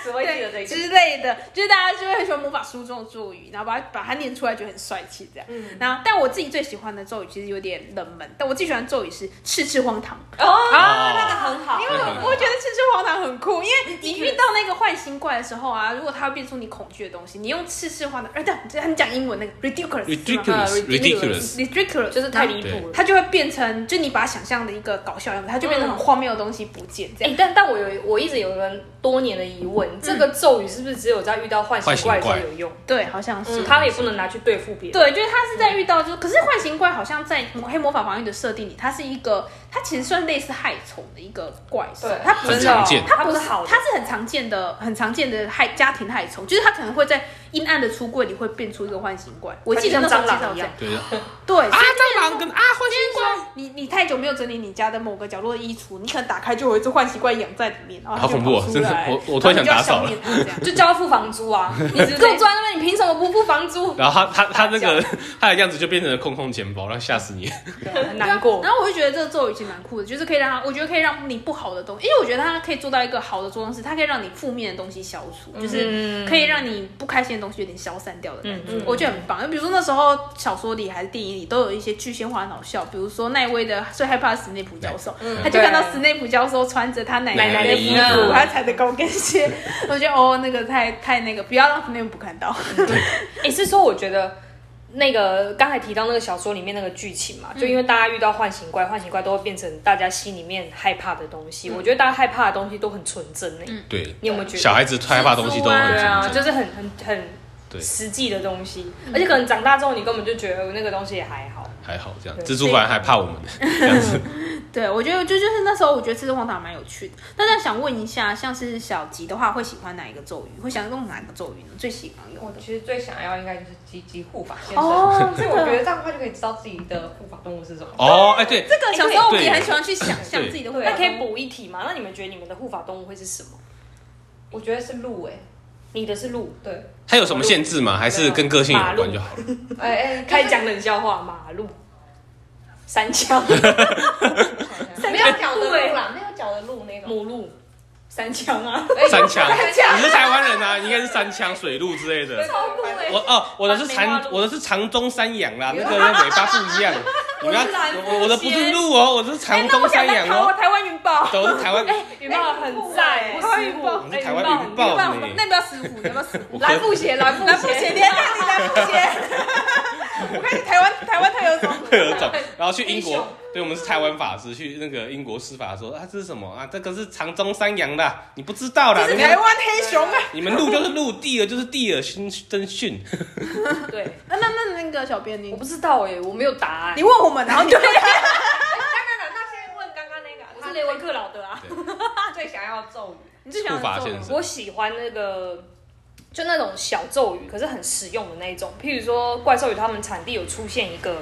[SPEAKER 4] 只会记得这一个。
[SPEAKER 1] 之类的，就是大家就会很喜欢魔法书中的咒语，然后把它把它念出来，觉得很帅气这样。然后，但我自己最喜欢的咒语其实有点冷门，但我最喜欢的咒语是赤赤荒唐，
[SPEAKER 4] 哦，
[SPEAKER 2] 啊
[SPEAKER 4] 那个很好，
[SPEAKER 1] 因 为
[SPEAKER 2] 嗯
[SPEAKER 1] 我我觉得赤赤荒唐很酷，因为你遇到那个坏心怪的时候啊，如果它会变出你恐惧的东西，你用赤赤荒唐，呃，对，很讲英文那个 ridiculous，ridiculous，ridiculous，
[SPEAKER 2] ridiculous ridiculous，
[SPEAKER 1] 啊 ridiculous
[SPEAKER 4] 就是太离谱了。
[SPEAKER 1] 它就会变成，就你把它想象的一个搞笑样子，它就变成
[SPEAKER 4] 嗯
[SPEAKER 1] 很荒谬的东西不见这
[SPEAKER 3] 哎、
[SPEAKER 1] 样。
[SPEAKER 3] 但但我有我一直有一个多年的疑问，这
[SPEAKER 4] 嗯
[SPEAKER 3] 个咒语是不是只有在遇到坏
[SPEAKER 2] 坏
[SPEAKER 3] 形
[SPEAKER 2] 形
[SPEAKER 3] 怪的时候
[SPEAKER 2] 怪
[SPEAKER 3] 有用？
[SPEAKER 1] 对，好像是。
[SPEAKER 3] 嗯，它也不能拿去对付别人。
[SPEAKER 1] 对，就是他是在遇到，就是可是幻形怪好像在黑魔法防御的设定里，它是一个，它其实算类似害虫的一个怪兽
[SPEAKER 4] 对，
[SPEAKER 1] 它不
[SPEAKER 2] 很
[SPEAKER 1] 是。
[SPEAKER 2] 常见
[SPEAKER 1] 它不
[SPEAKER 3] 不
[SPEAKER 1] 是
[SPEAKER 3] 是好的
[SPEAKER 1] 它，是很常见的、很常见的害家庭害虫，就是它可能会在阴暗的橱柜里会变出一个幻形怪。我记得
[SPEAKER 3] 它
[SPEAKER 1] 那
[SPEAKER 3] 就
[SPEAKER 1] 时
[SPEAKER 3] 像
[SPEAKER 1] 候介
[SPEAKER 3] 蟑
[SPEAKER 1] 绍
[SPEAKER 3] 螂一
[SPEAKER 1] 这样，
[SPEAKER 3] 样
[SPEAKER 2] 对啊，
[SPEAKER 1] 对，所以
[SPEAKER 2] 蟑螂跟啊幻
[SPEAKER 1] 就是说你你太久没有整理你家的某个角落的衣橱，你可能打开就有一只幻形怪养在里面，然后它
[SPEAKER 2] 好
[SPEAKER 1] 就
[SPEAKER 2] 恐怖哦
[SPEAKER 1] 跑出
[SPEAKER 2] 真的
[SPEAKER 1] 来
[SPEAKER 2] 我我突
[SPEAKER 1] 然后
[SPEAKER 2] 然
[SPEAKER 1] 你就要
[SPEAKER 2] 想打扫
[SPEAKER 1] 消灭它这样
[SPEAKER 3] 就叫他付房租啊！你只给我坐在那边，你凭什么不付房租？
[SPEAKER 2] 然后他他他那 个他的样子就变成了空空钱包，然后吓死你。
[SPEAKER 3] 很难过
[SPEAKER 1] 对啊。然后我就觉得这个咒语其实蛮酷的，就是可以让它，我觉得可以让你不好的东西，因为我觉得它可以做到一个好的作用是，它可以让你负面的东西消除，就是可以让你不开心的东西有点消散掉的感觉，
[SPEAKER 3] 嗯嗯
[SPEAKER 1] 我觉得很棒。就比如说那时候小说里还是电影里都有一些具象化的搞笑，比如说奈威的最害怕的史内普教授，他就看到史内普教授穿着他奶
[SPEAKER 2] 奶奶
[SPEAKER 1] 奶
[SPEAKER 2] 的
[SPEAKER 1] 的
[SPEAKER 2] 衣
[SPEAKER 1] 衣
[SPEAKER 2] 服
[SPEAKER 1] 服，他踩着高跟鞋，我觉得哦那个太太那个，不要让史内普看到。
[SPEAKER 3] 也是说，我觉得那个刚才提到那个小说里面那个剧情嘛，就因为大家遇到幻形怪，幻形怪都会变成大家心里面害怕的东西。我觉得大家害怕的东西都很纯真诶、
[SPEAKER 2] 嗯对，啊
[SPEAKER 3] 你有没有觉得？
[SPEAKER 2] 小孩子害怕的东西都
[SPEAKER 1] 蜘蛛
[SPEAKER 2] 很
[SPEAKER 3] 嗯对啊，
[SPEAKER 2] 紧
[SPEAKER 3] 就
[SPEAKER 2] 张。
[SPEAKER 3] 是很很
[SPEAKER 2] 对
[SPEAKER 3] 很实际的东西，而且可能长大之后你根本就觉得呃那个东西也还好。
[SPEAKER 2] 还好这样，
[SPEAKER 3] 对
[SPEAKER 2] 蜘蛛反而还怕我们这样子。
[SPEAKER 1] 对，我觉得就就是那时候，我觉得《赤赤荒唐》蛮有趣的。那那想问一下，像是小吉的话，会喜欢哪一个咒语？会想用哪一个咒语呢？最喜欢用
[SPEAKER 4] 我
[SPEAKER 1] 的？
[SPEAKER 4] 其实最想要应该就是积极护法先生，
[SPEAKER 1] 哦
[SPEAKER 4] 所以我觉得这样的话就可以知道自己的护法动物是什么。
[SPEAKER 2] 哦，哎，对，
[SPEAKER 1] 这个小时候我们
[SPEAKER 2] 对
[SPEAKER 1] 也很喜欢去想象
[SPEAKER 2] 对
[SPEAKER 1] 自己的会，
[SPEAKER 4] 对
[SPEAKER 3] 那可以补一题吗？那你们觉得你们的护法动物会是什么？
[SPEAKER 4] 我觉得是鹿哎、
[SPEAKER 3] 你的是鹿，
[SPEAKER 4] 对，
[SPEAKER 2] 它有什么限制吗？还是跟个性有关就好了？
[SPEAKER 4] 哎哎，
[SPEAKER 3] 开始讲冷笑话，马路、三枪、
[SPEAKER 4] 没有脚的鹿啦，没有脚的鹿那种。
[SPEAKER 3] 母鹿、三枪啊，
[SPEAKER 4] 哎
[SPEAKER 2] 三枪，
[SPEAKER 4] 三枪
[SPEAKER 2] 你是台湾人啊，应该是三枪、水路之类的。
[SPEAKER 3] 超酷哎、
[SPEAKER 2] 我哦，我的是
[SPEAKER 3] 梅花
[SPEAKER 2] 长，
[SPEAKER 3] 鹿
[SPEAKER 2] 我的是长中山羊啦，那个那尾巴不一样。你们要我我的不是鹿哦，我的是长中山羊哦，
[SPEAKER 1] 台湾云豹，
[SPEAKER 2] 都是台湾。
[SPEAKER 3] 羽毛哎很赞、欸，
[SPEAKER 1] 台湾云豹
[SPEAKER 2] 我
[SPEAKER 3] 哎
[SPEAKER 2] 们台湾
[SPEAKER 3] 羽毛
[SPEAKER 2] 云
[SPEAKER 3] 很
[SPEAKER 2] 豹
[SPEAKER 1] 那
[SPEAKER 2] 呢
[SPEAKER 1] 那不要 死虎，那不要死虎，
[SPEAKER 2] 蓝
[SPEAKER 3] 布鞋，蓝布
[SPEAKER 1] 蓝布鞋，你还看你蓝布鞋？我看你台湾台湾特有种，
[SPEAKER 2] 特有种，然后去英
[SPEAKER 3] 英
[SPEAKER 2] 国
[SPEAKER 3] 雄，
[SPEAKER 2] 对我们是台湾法师，去那个英国司法说啊，这是什么啊？这个是长中山羊的，你不知道啦
[SPEAKER 1] 这，是
[SPEAKER 2] 你
[SPEAKER 1] 台
[SPEAKER 2] 们
[SPEAKER 1] 湾黑熊啊！
[SPEAKER 2] 你们鹿就是鹿，地鹅就是地鹅新真训，
[SPEAKER 3] 对，
[SPEAKER 1] 那那那那个小编你
[SPEAKER 3] 我不知道哎、我没有答案
[SPEAKER 1] 你。问我们，然后对，啊
[SPEAKER 4] 那那那现在问刚刚那个，
[SPEAKER 3] 我
[SPEAKER 4] 他
[SPEAKER 3] 是雷文克劳德啊，
[SPEAKER 4] 最想要咒语，
[SPEAKER 1] 你最喜欢
[SPEAKER 2] 护法
[SPEAKER 1] 的咒语
[SPEAKER 2] 先生
[SPEAKER 3] 我喜欢那个。就那种小咒语，可是很实用的那一种。譬如说，怪兽与他们产地有出现一个，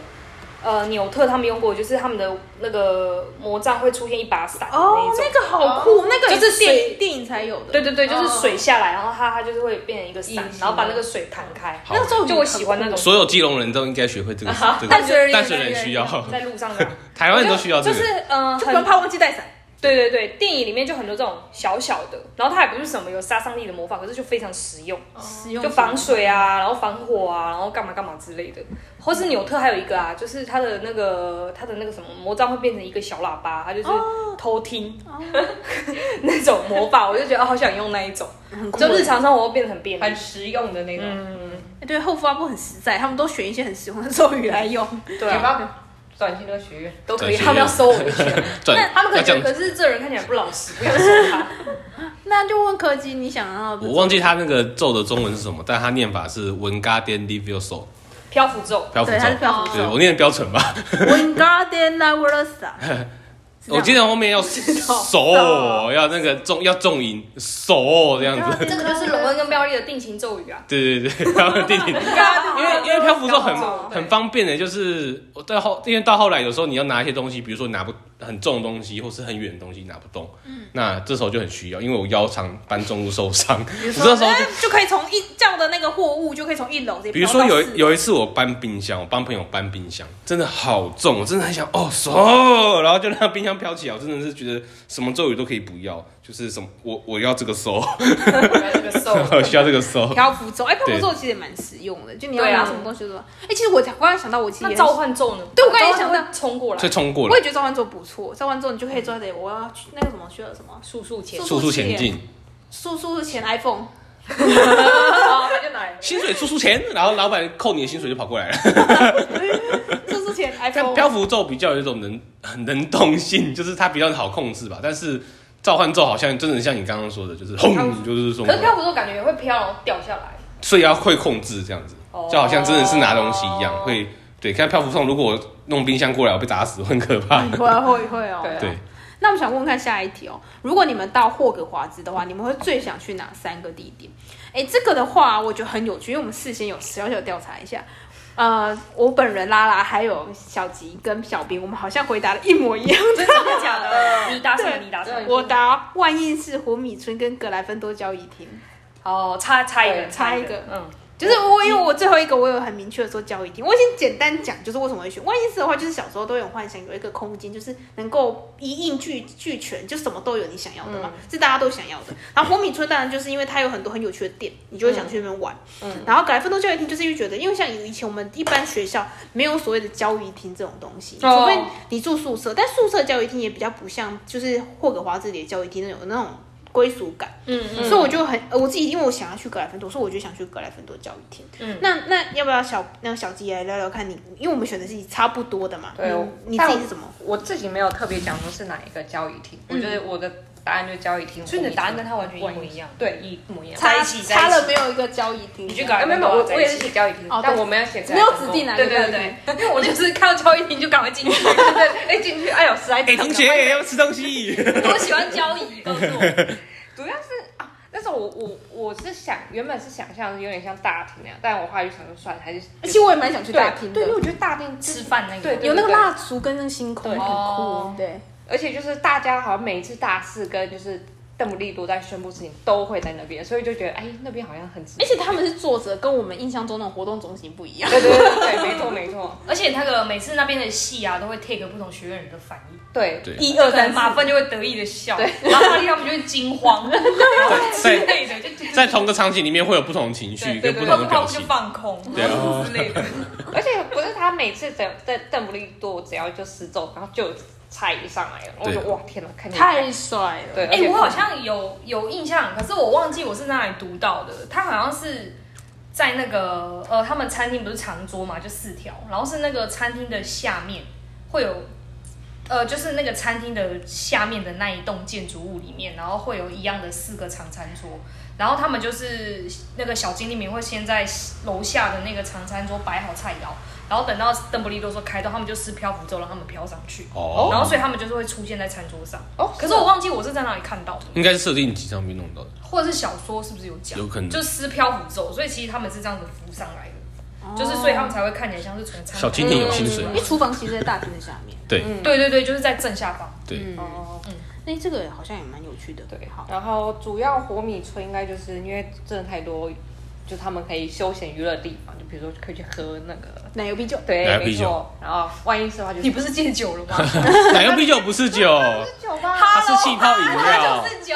[SPEAKER 3] 呃，纽特他们用过，就是他们的那个魔杖会出现一把伞的那一
[SPEAKER 1] 哦
[SPEAKER 3] 种，。
[SPEAKER 1] 那个好酷，那个也
[SPEAKER 3] 就是
[SPEAKER 1] 是电
[SPEAKER 3] 水
[SPEAKER 1] 影电影才有的。
[SPEAKER 3] 对对对，就
[SPEAKER 4] 哦
[SPEAKER 3] 是水下来，然后它它就是会变成一个伞
[SPEAKER 4] 隐，形
[SPEAKER 3] 然后把那个水弹开。
[SPEAKER 2] 好
[SPEAKER 1] 那时候
[SPEAKER 3] 就我喜欢那种
[SPEAKER 2] 所有基隆人都应该学会这个，这个
[SPEAKER 1] 淡水人
[SPEAKER 2] 淡水人需要，
[SPEAKER 3] 在路上这样，
[SPEAKER 2] 台湾人都需要这
[SPEAKER 3] 就
[SPEAKER 2] 个
[SPEAKER 3] 是。嗯，
[SPEAKER 1] 就不用
[SPEAKER 3] 很
[SPEAKER 1] 怕忘记带伞。
[SPEAKER 3] 对对对，电影里面就很多这种小小的，然后它也不是什么有杀伤力的魔法，可是就非常实用，
[SPEAKER 1] 使哦用
[SPEAKER 3] 哦就防水啊，然后防火啊，然后干嘛干嘛之类的。或是纽特还有一个啊，就是它的那个它的那个什么魔杖会变成一个小喇叭，它就是
[SPEAKER 1] 哦
[SPEAKER 3] 偷听、 那种魔法，我就觉得哦好想用那一种，
[SPEAKER 1] 很酷
[SPEAKER 3] 就日常生活会变得很便利
[SPEAKER 4] 很。实用的那种。
[SPEAKER 1] 欸对后发部很实在，他们都选一些很实用的咒语来用。
[SPEAKER 3] 对
[SPEAKER 4] 要不
[SPEAKER 3] 啊，
[SPEAKER 4] 要转去那个学院？
[SPEAKER 3] 都可
[SPEAKER 2] 对
[SPEAKER 3] 以，他们要收我们钱。
[SPEAKER 2] 转
[SPEAKER 3] 那他们可
[SPEAKER 2] 要这
[SPEAKER 3] 能觉得，
[SPEAKER 2] 样，
[SPEAKER 3] 可是这人看起来不老实，不要收他。
[SPEAKER 1] 那就问柯基，你想要的
[SPEAKER 2] 我忘记他那个咒的中文是什么，但他念法是 When God then leave your soul，
[SPEAKER 3] 漂浮咒，
[SPEAKER 2] 漂浮
[SPEAKER 1] 对，它是
[SPEAKER 2] 咒。
[SPEAKER 1] 漂浮
[SPEAKER 2] 对，
[SPEAKER 1] 咒。
[SPEAKER 2] 我念的标准吧。
[SPEAKER 1] Wingardium Leviosa。
[SPEAKER 2] 我记
[SPEAKER 1] 得
[SPEAKER 2] 得后面 要手，要那个重，要重音手这样子。
[SPEAKER 3] 这个就是龙恩跟妙丽的定情咒语啊。
[SPEAKER 2] 对对对，然后定 定。
[SPEAKER 3] 啊
[SPEAKER 2] 因为因为漂浮咒很
[SPEAKER 4] 对
[SPEAKER 2] 很方便的，就是我到后，因为到后来有时候你要拿一些东西，比如说拿不很重的东西，或是很远的东西拿不动，
[SPEAKER 1] 嗯
[SPEAKER 2] 那这时候就很需要，因为我腰常搬重物受伤，我这时候就
[SPEAKER 1] 哎就可以从一教到的那个货物就可以从一楼直接
[SPEAKER 2] 比如
[SPEAKER 1] 飘
[SPEAKER 2] 说
[SPEAKER 1] 到
[SPEAKER 2] 有
[SPEAKER 1] 四楼
[SPEAKER 2] 有一次我搬冰箱，我帮朋友搬冰箱，真的好重，我真的很想哦收，然后就让冰箱飘起来，我真的是觉得什么咒语都可以不要，就是什么我我要这个收，
[SPEAKER 4] 这个瘦，
[SPEAKER 2] 我需要这个收。
[SPEAKER 1] 漂浮咒，哎、漂浮
[SPEAKER 2] 对
[SPEAKER 1] 咒其实也蛮实用的，就你要
[SPEAKER 4] 对啊
[SPEAKER 1] 拿什么东西都。哎、其实我才刚刚想到，我其实
[SPEAKER 3] 那
[SPEAKER 1] 也
[SPEAKER 3] 召
[SPEAKER 1] 是
[SPEAKER 3] 唤咒呢？
[SPEAKER 1] 对我刚才也
[SPEAKER 3] 召唤
[SPEAKER 1] 想到
[SPEAKER 3] 会冲过来
[SPEAKER 2] 所以，冲过
[SPEAKER 1] 我
[SPEAKER 2] 了，
[SPEAKER 1] 也觉得召唤咒不错，召唤咒你就可以抓着我要去那个什么需要什么
[SPEAKER 4] 速速 前
[SPEAKER 2] 速速前进，
[SPEAKER 1] 速速前 iPhone，
[SPEAKER 4] 哦，他就拿来了
[SPEAKER 2] 薪水速速前，然后老板扣你的薪水就跑过来了。
[SPEAKER 1] 速速前 iPhone，
[SPEAKER 2] 像漂浮咒比较有一种能能动性，就是它比较好控制吧，但是召唤咒好像真的像你刚刚说的，就是轰，就是说
[SPEAKER 3] 可是漂浮咒感觉也会飘，然后掉下来。
[SPEAKER 2] 所以要会控制这样子，就好像真的是拿东西一样，会对。看漂浮送，如果我弄冰箱过来，我被砸死，很可 怕。
[SPEAKER 1] 会会会哦。
[SPEAKER 4] 对啊
[SPEAKER 2] 对，
[SPEAKER 1] 那我们想问看下一题哦，如果你们到霍格华兹的话，你们会最想去哪三个地点？哎，这个的话我觉得很有趣，因为我们事先有小小调查一下。呃，我本人拉拉还有小吉跟小兵，我们好像回答的一模一样。
[SPEAKER 3] 真的假的？你答什么？
[SPEAKER 1] 对
[SPEAKER 3] 你答什么
[SPEAKER 4] 对？
[SPEAKER 1] 我答万应市胡米村跟格莱芬多交易厅，
[SPEAKER 3] 哦，差差一个，
[SPEAKER 4] 对
[SPEAKER 1] 差一个
[SPEAKER 3] 嗯，
[SPEAKER 1] 就是我因为我最后一个我有很明确的说交易厅，我已经简单讲就是为什么会选万应市的话，就是小时候都有幻想有一个空间，就是能够一应俱俱全，就什么都有你想要的嘛，是大家都想要的。然后火米村当然就是因为它有很多很有趣的店，你就会想去那边玩。然后格莱芬多教育厅就是因为觉得，因为像以前我们一般学校没有所谓的教育厅这种东西，
[SPEAKER 4] 哦
[SPEAKER 1] 除非你住宿舍，但宿舍教育厅也比较不像就是霍格华兹里的教育厅那种那种归属感。
[SPEAKER 3] 嗯嗯，
[SPEAKER 1] 所以我就很呃我自己，因为我想要去格莱芬多，所以我就想去格莱芬多教育厅。嗯，那那要不要小那个小鸡来聊聊看你？因为我们选的是差不多的嘛。
[SPEAKER 4] 对
[SPEAKER 1] 嗯
[SPEAKER 4] 我
[SPEAKER 1] 你
[SPEAKER 4] 但
[SPEAKER 1] 自己是怎么？
[SPEAKER 4] 我自己没有特别讲说是哪一个交易厅，我觉得我的答案就是交易厅，
[SPEAKER 3] 所以你的答案跟
[SPEAKER 4] 他
[SPEAKER 3] 他完全一模一样。
[SPEAKER 4] 对一模嗯一样。
[SPEAKER 3] 在一起在一起
[SPEAKER 1] 没有一个交易厅？你
[SPEAKER 3] 去格莱
[SPEAKER 4] 啊，没有没有，我我也是写交易厅
[SPEAKER 1] 哦，
[SPEAKER 4] 但
[SPEAKER 1] 对
[SPEAKER 4] 我没有写格
[SPEAKER 1] 没有
[SPEAKER 4] 莱芬
[SPEAKER 1] 指
[SPEAKER 4] 多
[SPEAKER 1] 定哪个
[SPEAKER 4] 对
[SPEAKER 1] 交
[SPEAKER 4] 对
[SPEAKER 1] 易
[SPEAKER 4] 对
[SPEAKER 1] 厅，
[SPEAKER 3] 因为我就是看到交易厅就赶快进去。
[SPEAKER 4] 对对，哎进去，哎呦，实在
[SPEAKER 2] 哎，同学要吃东西，
[SPEAKER 3] 我喜欢交易，告诉我。
[SPEAKER 4] 主要是啊，那时候我我我是想原本是想象有点像大厅那样，但我后来就想说算了，还是
[SPEAKER 1] 其实我也蛮想去
[SPEAKER 4] 对
[SPEAKER 1] 大厅的
[SPEAKER 4] 对，因为，我觉得大厅就是
[SPEAKER 3] 吃饭那个，
[SPEAKER 4] 对对
[SPEAKER 1] 有那个蜡烛跟那个星空
[SPEAKER 4] 对
[SPEAKER 1] 很酷
[SPEAKER 3] 哦。
[SPEAKER 1] 对，
[SPEAKER 4] 而且就是大家好像每一次大事跟就是邓布利多在宣布事情都会在那边，所以就觉得哎那边好像很值得
[SPEAKER 1] 而且他们是坐着，跟我们印象中那种活动中心不一样。
[SPEAKER 4] 对对对对，没错没错，
[SPEAKER 3] 而且那个每次那边的戏啊，都会 take 不同学院人的反应。
[SPEAKER 4] 对
[SPEAKER 2] 对
[SPEAKER 4] 一二三
[SPEAKER 3] 对马
[SPEAKER 4] 四，
[SPEAKER 3] 粪就会得意的笑，然后哈利他们就会惊 慌之
[SPEAKER 2] 在
[SPEAKER 3] 类的，就就
[SPEAKER 2] 在同个场景里面会有不同的情绪跟
[SPEAKER 4] 对
[SPEAKER 2] 不
[SPEAKER 4] 对对
[SPEAKER 2] 同的
[SPEAKER 3] 他
[SPEAKER 2] 表
[SPEAKER 3] 们就
[SPEAKER 2] 情。
[SPEAKER 3] 放空
[SPEAKER 2] 对啊
[SPEAKER 3] 之类的。
[SPEAKER 4] 而且不是他每次邓邓邓布利多只要就失踪，然后就菜一上来了，我就
[SPEAKER 2] 对
[SPEAKER 4] 哇天哪，看
[SPEAKER 1] 嗯
[SPEAKER 4] 见
[SPEAKER 1] 太帅了。
[SPEAKER 4] 对，
[SPEAKER 3] 哎、
[SPEAKER 4] 而且
[SPEAKER 3] 我好像有有印象，可是我忘记我是在哪里读到的。他好像是在那个呃，他们餐厅不是长桌嘛，就四条，然后是那个餐厅的下面会有。呃，就是那个餐厅的下面的那一栋建筑物里面，然后会有一样的四个长餐桌，然后他们就是那个小精灵们会先在楼下的那个长餐桌摆好菜肴，然后等到邓布利多说开动，他们就施漂浮咒让他们飘上去，
[SPEAKER 2] 哦
[SPEAKER 3] 然后所以他们就是会出现在餐桌上。
[SPEAKER 4] 哦
[SPEAKER 3] 可是我忘记我是在哪里看到的，
[SPEAKER 2] 应该是设定集上面弄到的，
[SPEAKER 3] 或者是小说是不是有讲？
[SPEAKER 2] 有可能
[SPEAKER 3] 就撕漂浮咒，所以其实他们是这样子浮上来的，就是所以他们才会看起来像是从餐嗯
[SPEAKER 2] 小精灵有薪水啊
[SPEAKER 1] 因，为厨房其实在大厅的下面。
[SPEAKER 2] 对
[SPEAKER 3] 对对对，就是在正下方。
[SPEAKER 2] 对，
[SPEAKER 4] 哦
[SPEAKER 1] 那哎这个好像也蛮有趣的。
[SPEAKER 4] 对
[SPEAKER 1] 好，。
[SPEAKER 4] 然后主要火米村应该就是因为真的太多，就他们可以休闲娱乐的地方，就比如说可以去喝那个。
[SPEAKER 1] 奶油啤酒。
[SPEAKER 4] 对
[SPEAKER 2] 来，
[SPEAKER 4] 没
[SPEAKER 2] 啤酒
[SPEAKER 4] 错。然后万一是的话，就是
[SPEAKER 3] 你不是戒酒了 吗？
[SPEAKER 2] 奶油啤酒不是酒，
[SPEAKER 4] 酒吧？
[SPEAKER 2] 它是气泡饮料
[SPEAKER 3] 他，就是酒，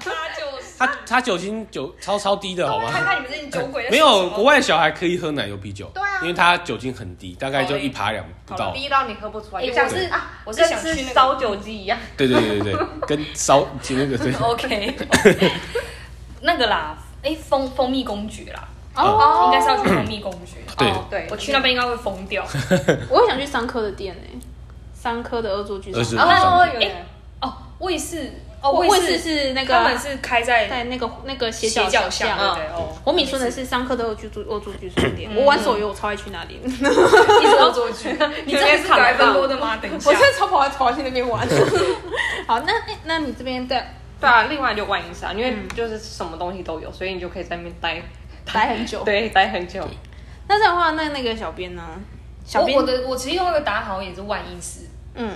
[SPEAKER 3] 他就是。
[SPEAKER 2] 它它酒精酒超超低的好吗？
[SPEAKER 3] 看看你们这些酒鬼在
[SPEAKER 2] 没
[SPEAKER 3] 说什
[SPEAKER 2] 有，
[SPEAKER 3] 么
[SPEAKER 2] 国外小孩可以喝奶油啤酒，
[SPEAKER 4] 对啊
[SPEAKER 2] 因为它酒精很低，大概就一爬两不到。
[SPEAKER 4] 低到你喝不出来，
[SPEAKER 3] 哎
[SPEAKER 4] 就像
[SPEAKER 3] 我是
[SPEAKER 4] 啊，
[SPEAKER 3] 我是想
[SPEAKER 4] 跟
[SPEAKER 3] 去
[SPEAKER 4] 吃
[SPEAKER 3] 那个
[SPEAKER 4] 烧酒鸡一样。
[SPEAKER 2] 对对对对对，跟烧那个对。
[SPEAKER 3] 哦 OK，那个啦，哎，蜂蜂蜜公爵啦，
[SPEAKER 1] 哦，
[SPEAKER 3] 应该是要去蜂蜜公爵。
[SPEAKER 2] 对
[SPEAKER 3] 哦
[SPEAKER 4] 对
[SPEAKER 3] 我去那边应该会疯 掉。
[SPEAKER 1] 我也想去三科的店诶，三科的恶作剧场。
[SPEAKER 2] 恶作
[SPEAKER 1] 啊
[SPEAKER 2] 剧场
[SPEAKER 4] 哦，
[SPEAKER 2] 哦
[SPEAKER 4] 有
[SPEAKER 3] 有
[SPEAKER 4] 点
[SPEAKER 3] 点。哦，卫视，哦，
[SPEAKER 1] 卫视
[SPEAKER 3] 视
[SPEAKER 1] 是那
[SPEAKER 3] 他们
[SPEAKER 1] 个啊
[SPEAKER 3] 是开在
[SPEAKER 1] 在那个那个斜
[SPEAKER 3] 斜
[SPEAKER 1] 角
[SPEAKER 3] 角
[SPEAKER 1] 巷
[SPEAKER 3] 巷，
[SPEAKER 1] 啊。
[SPEAKER 3] 对不对？哦，
[SPEAKER 1] 我米村的是上课都有去住恶作剧书店，我玩手游我超爱去那里，
[SPEAKER 3] 一直恶作剧， 你真的是格莱芬多的吗？等一下
[SPEAKER 1] 我真，的超跑来跑去那边玩。 好，那那那你这边的
[SPEAKER 4] 对啊，另外就万一是啊，因为就是什么东西都有，所以你就可以在那边待，
[SPEAKER 1] 待很久，
[SPEAKER 4] 对，待很久。
[SPEAKER 1] 那这样的话，那那个小编呢？小
[SPEAKER 3] 我
[SPEAKER 1] 编
[SPEAKER 3] 我，的我其实另外一个答案好像也是万应市，
[SPEAKER 1] 嗯，